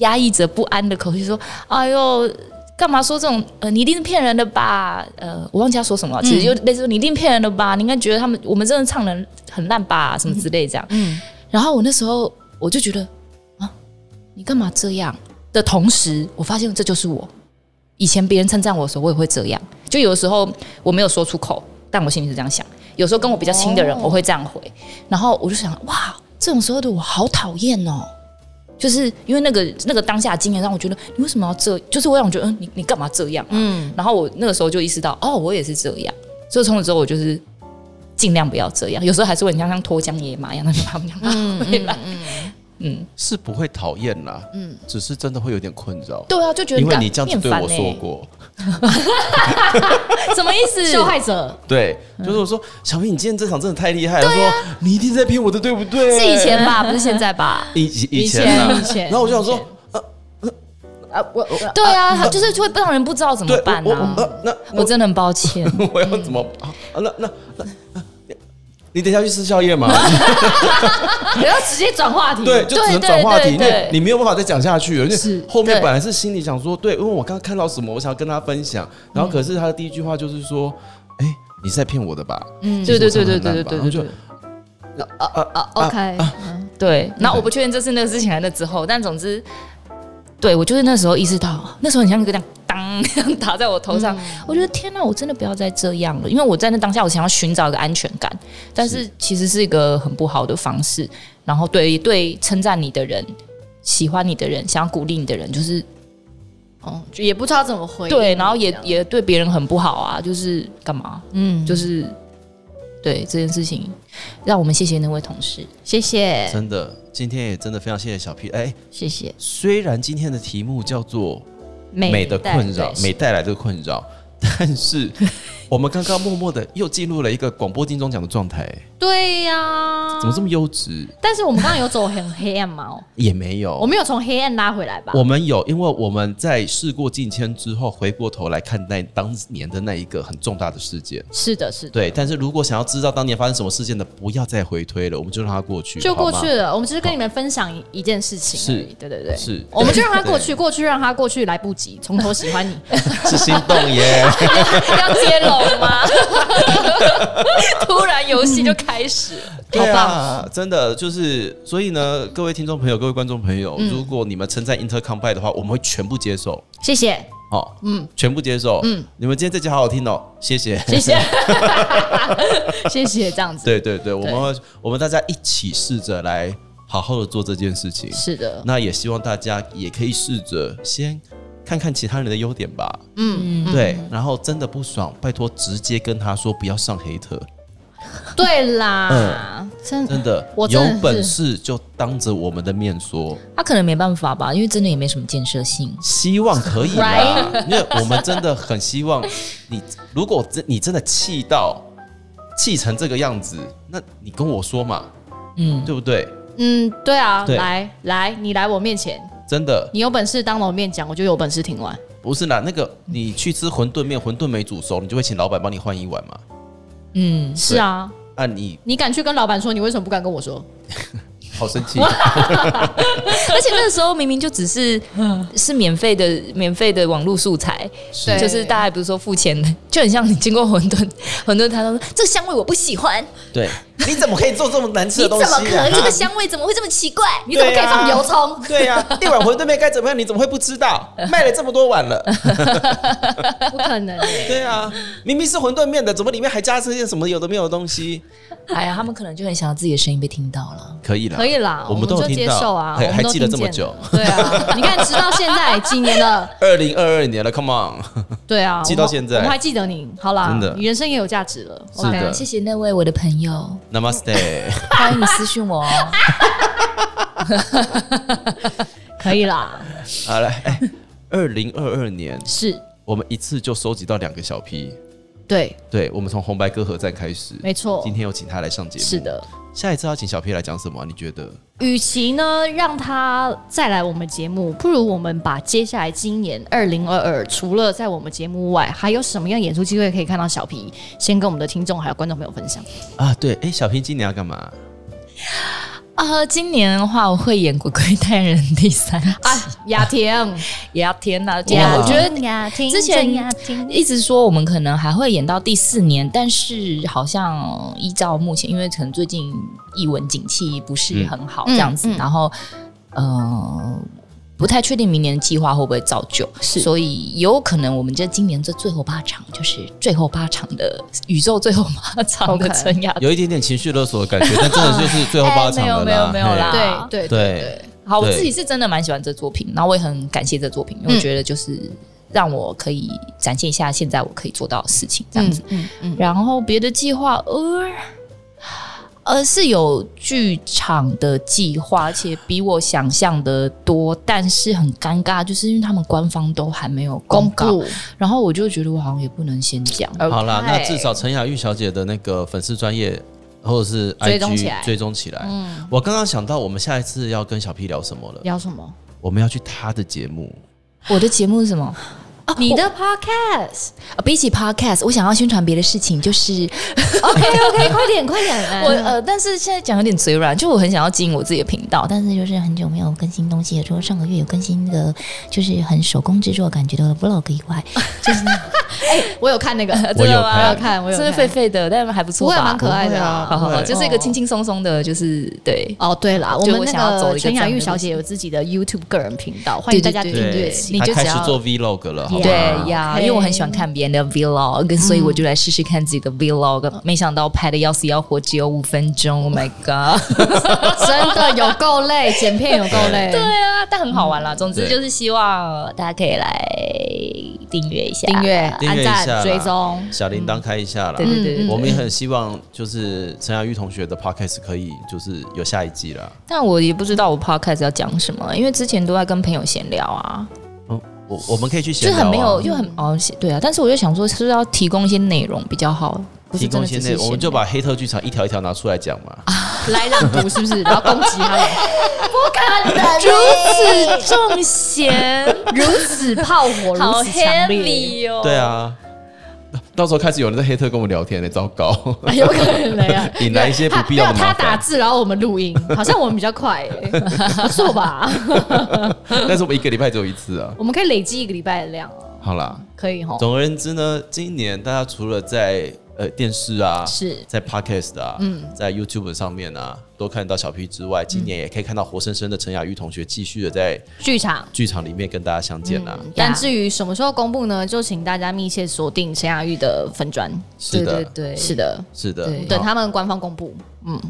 压抑着不安的口气说，哎呦。干嘛说这种？呃，你一定是骗人的吧？呃，我忘记他说什么了，其实就类似说你一定骗人的吧？你应该觉得他们我们真的唱的很烂吧？什么之类这样。然后我那时候我就觉得啊，你干嘛这样？的同时，我发现这就是我。以前别人称赞我的时候，我也会这样。就有时候我没有说出口，但我心里是这样想。有时候跟我比较亲的人，我会这样回。然后我就想，哇，这种时候的我好讨厌哦。就是因为那个那个当下的经验让我觉得，你为什么要这？就是会让我觉得，嗯，你你干嘛这样、嗯，然后我那个时候就意识到，哦，我也是这样。所以从此之后，我就是尽量不要这样。有时候还是会很像像脱缰野马一样，那就把他们 俩回来。是不会讨厌啦，嗯，只是真的会有点困扰。对啊，就觉得因为干你这样子面对烦我欸说过， 什么意思？受害者对，就是我说嗯小平，你今天这场真的太厉害了。他说你一定在骗我的，对不对？啊是以前啊吧，不是现在吧？以以前啊以前以前然后我就想说，啊，我对啊，就是会不让人不知道怎么对，办我我啊！呃那我真的很抱 歉， 我我要怎么啊？啊那那那，啊你你等一下去吃宵夜 嘛？不要直接转话题，对，就只能转话题，因对为对你没有办法再讲下去了。因是为后面对本来是心里想说，对，因为我刚刚看到什么，我想要跟他分享，然后可是他的第一句话就是说，哎，你是在骗我的吧？嗯， 对对对对对对对对就对啊啊啊啊，OK，嗯对。然后我不确定这是那个之前还是那之后，但总之，对我就是那时候意识到，那时候很像一个这样当 这样打在我头嗯上，我觉得天哪，我真的不要再这样了，因为我在那当下，我想要寻找一个安全感，但是其实是一个很不好的方式。然后对对，称赞你的人。喜欢你的人，想要鼓励你的人，就是哦，就也不知道怎么回应，对，然后也这样也对别人很不好啊，就是干嘛？嗯，就是对这件事情，让我们谢谢那位同事。谢谢，真的，今天也真的非常谢谢小 P。哎，谢谢，虽然今天的题目叫做美美的困扰，对美带来的困扰， 但 是我们刚刚默默的又进入了一个广播金钟奖的状态，对呀怎，么这么优质？但是我们刚刚有走很黑暗嘛，哦也没有，我们有从黑暗拉回来吧？我们有，因为我们在事过境迁之后，回过头来看待当年的那一个很重大的事件。是的，是的，对，但是如果想要知道当年发生什么事件的，不要再回推了，我们就让它过去，就过好吗去。了。我们只是跟你们分享一一件事情，而已是对对对，是我们就让它对过去，过去让它过去，来不及，从头喜 欢你。是心动耶！要接龙吗？ 突然游戏就开始了。对啊，真的就是，所以呢，各位听众朋友、各位观众朋嗯友，如果你们称赞 Intercom by 的话，我们会全部接受，谢谢，哦，嗯，全部接受，嗯，你们今天这集好好听哦，谢谢，谢谢， 谢谢，这样 子。对对对，我们会我们大家一起试着来好好的做这件事情，是的，那也希望大家也可以试着先看看其他人的优点吧，嗯，对，然后真的不爽，拜托直接跟他说不要上黑特，对嗯啦，真真的我，真有的是本事就当着我们的面说，他可能没办法吧，因为真的也没什么建设 性。希望可以啦，因为我们真的很希望你，如果真你真的气到气成这个样子，那你跟我说嘛，嗯，对不对？嗯，对啊，对来来，你来我面前，真的你有本事当着我面讲，我就有本事听完。不是啦，那个你去吃馄饨面，馄饨没煮熟，你就会请老板帮你换一碗嘛。嗯，是啊，啊，你你敢去跟老板说，你为什么不敢跟我说？好生 气，而且那个时候明明就只是嗯是免费的免费的网络素材，对就是大 家不是说付钱的，就很像你经过馄饨，馄饨摊都说这个香味我不喜欢，对，你怎么可以做这么难吃的东西、啊？这个香味怎么会这么奇怪？ 你怎么可以放油葱？对呀、啊，一碗馄饨面该怎么样？你怎么会不知道？卖了这么多碗了，不可能、欸。对啊，明明是馄饨面的，怎么里面还加这些什么有的没有的东西？啊哎呀，他们可能就很想要自己的声音被听到了。可以啦， 可以 啦，我们都就接听到受啊，还我还们都记得这么听见久了，对 啊，你看，直到现在几年了，二零二二年了，Come on， 对啊，记到我们现在我们还记得你。好啦，真的你人生也有价值了。是 OK 的谢谢那位我的朋友， Namaste， 欢迎你私讯我哦。 可以啦，好了，哎，二零二二年是我们一次就收集到两个小 P，对，对，我们从红白歌合战开始，没错今天有请他来上节目，是，的。下一次要请小 P 来讲什么啊？你觉得？与其呢让他再来我们节目，不如我们把接下来今年二零二二除了在我们节目外，还有什么样演出机会可以看到小皮？先跟我们的听众还有观众朋友分享。啊，对，哎、小平今年要干啊嘛？呃，今年的话，我会演《鬼鬼代人》第三季。啊，雅婷，也要天哪，哇我觉得雅婷之前一直说我们可能还会演到第四年，但是好像依照目前，因为可能最近译文景气不是很好嗯这样嗯子，嗯然后呃。不太确定明年的计划会不会造就，是所以也有可能我们这今年这最后八场就是最后八场的宇宙最后八场的 OK 春雅有一点点情绪勒索的感觉，但真的就是最后八场哎了啦。没有没有没有啦嘿对对对，对，好，我对自己是真的蛮喜欢这作品，然后我也很感谢这作品，因为嗯我觉得就是让我可以展现一下现在我可以做到的事情这样子。嗯嗯，然后别的计划，呃呃是有剧场的计划，而且比我想象的多，但是很尴尬，就是因为他们官方都还没有公公告，布然后我就觉得我好像也不能先讲。好啦，那 OK 至少陈雅玉小姐的那个粉丝专业或者是 IG 追踪起来追踪起来。嗯我刚刚想到我们下一次要跟小 P 聊什么了，聊什么？我们要去他的节目。我的节目是什么？你的 podcast 呃比起 podcast，我想要宣传别的事情，就是。 OK OK，快点快点，我呃，但是现在讲有点嘴软，就我很想要经营我自己的频道，但是就是很久没有更新东西了。除了上个月有更新那个，就是很手工制作感觉的 vlog 以外，我有看那个，我有我有看，看，我有真的看狒狒的，但还不错不会吧，蛮可爱的啊好好不好，会就是一个哦轻轻松松的，就是对。哦，对啦，我就们我想那要走一个个陈雅这样玉的小路姐有自己的 YouTube 个人频道，欢迎大家订对对阅对起你她就开只始要做 Vlog 了，好不好？对 Yeah 呀 OK 嗯因为我很喜欢看别人的 vlog，所以我就来试试看自己的 vlog、没想到拍的要死要活，只有五分钟，Oh my god！ 真的有够累，剪片有够累。对啊，但很好玩嗯啦。总之对就是希望大家可以来订阅一下，订阅、订阅按一下啦赞、追踪，小铃铛开一下啦。对对对对嗯嗯我们也很希望，就是陈雅玉同学的 podcast 可以就是有下一季啦。但我也不知道我 podcast 要讲什么，因为之前都在跟朋友闲聊啊，嗯，我我们可以去就闲是聊、啊，很没有，就很哦，是对啊。但是我就想说，是不是要提供一些内容比较好？不是提供一真些的只内是容，我们闲就聊把黑特剧场一条一条拿出来讲嘛。来朗读是不是？然后攻击他们，如此重咸，如此炮火，好如此强烈， heavy 哦。对，啊，到时候开始有人在黑特跟我们聊天了，糟糕，有可 能呀。引来一些不他必没有要的他麻打烦。字，然后我们录音，好像我们比较快、欸，不错吧？但是我们一个礼拜只有一次啊。我们可以累积一个礼拜的量哦，好啦，可以哈。总而言之呢，今年大家除了在呃电视啊，是嗯在 podcast 啊，在 YouTube 上面啊，多看到小 P 之外，今年也可以看到活生生的陈雅玉同学继续的在剧场。剧场里面跟大家相见啊。但至于什么时候公布呢？就请大家密切锁定陈雅玉的粉砖。是对的，对对，是的，是的，对好等他们官方公布。嗯，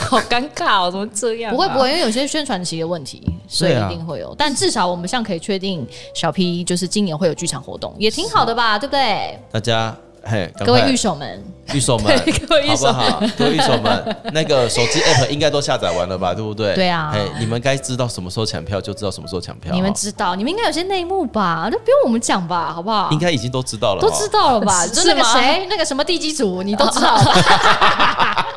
好尴尬哦，怎么这样啊？不会不会，因为有些宣传期的问题，所以对啊一定会有。但至少我们像可以确定，小 P 就是今年会有剧场活动，也挺好的吧，对不对？大家嘿，赶各快位御手们，御手们， 各位御好不手好？各位御手 们，那个手机 app 应该都下载完了吧，对不对？对啊哎，你们该知道什么时候抢票就知道什么时候抢票，你们哦知道，你们应该有些内幕吧？那不用我们讲吧，好不好？应该已经都知道了，都知。道了吧？是就那个吗谁，那个什么地基组，你都知道了吧？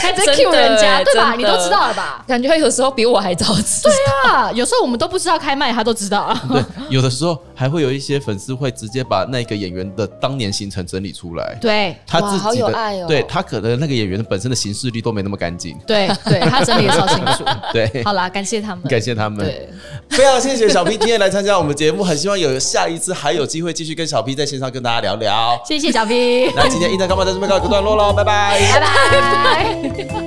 还在真的 Q 人家，欸对吧？真你的都知道了吧？感觉有时候比我还早知道。对啊， 有时候我们都不知道开麦，他都知道。对，有的时候还会有一些粉丝会直接把那个演员的当年行程整理出来，对他哇自好己有的，爱哦对他可能那个演员本身的行事历都没那么干净。 对对，他整理的超清楚。对，好啦，感谢他们，感谢他们。对，非常谢谢小 P 今天来参加我们节目，很希望有下一次还有机会继续跟小 P 在线上跟大家聊聊。谢谢小 P。那今天硬在干嘛在这边告一个段落喽，拜拜。拜拜。拜。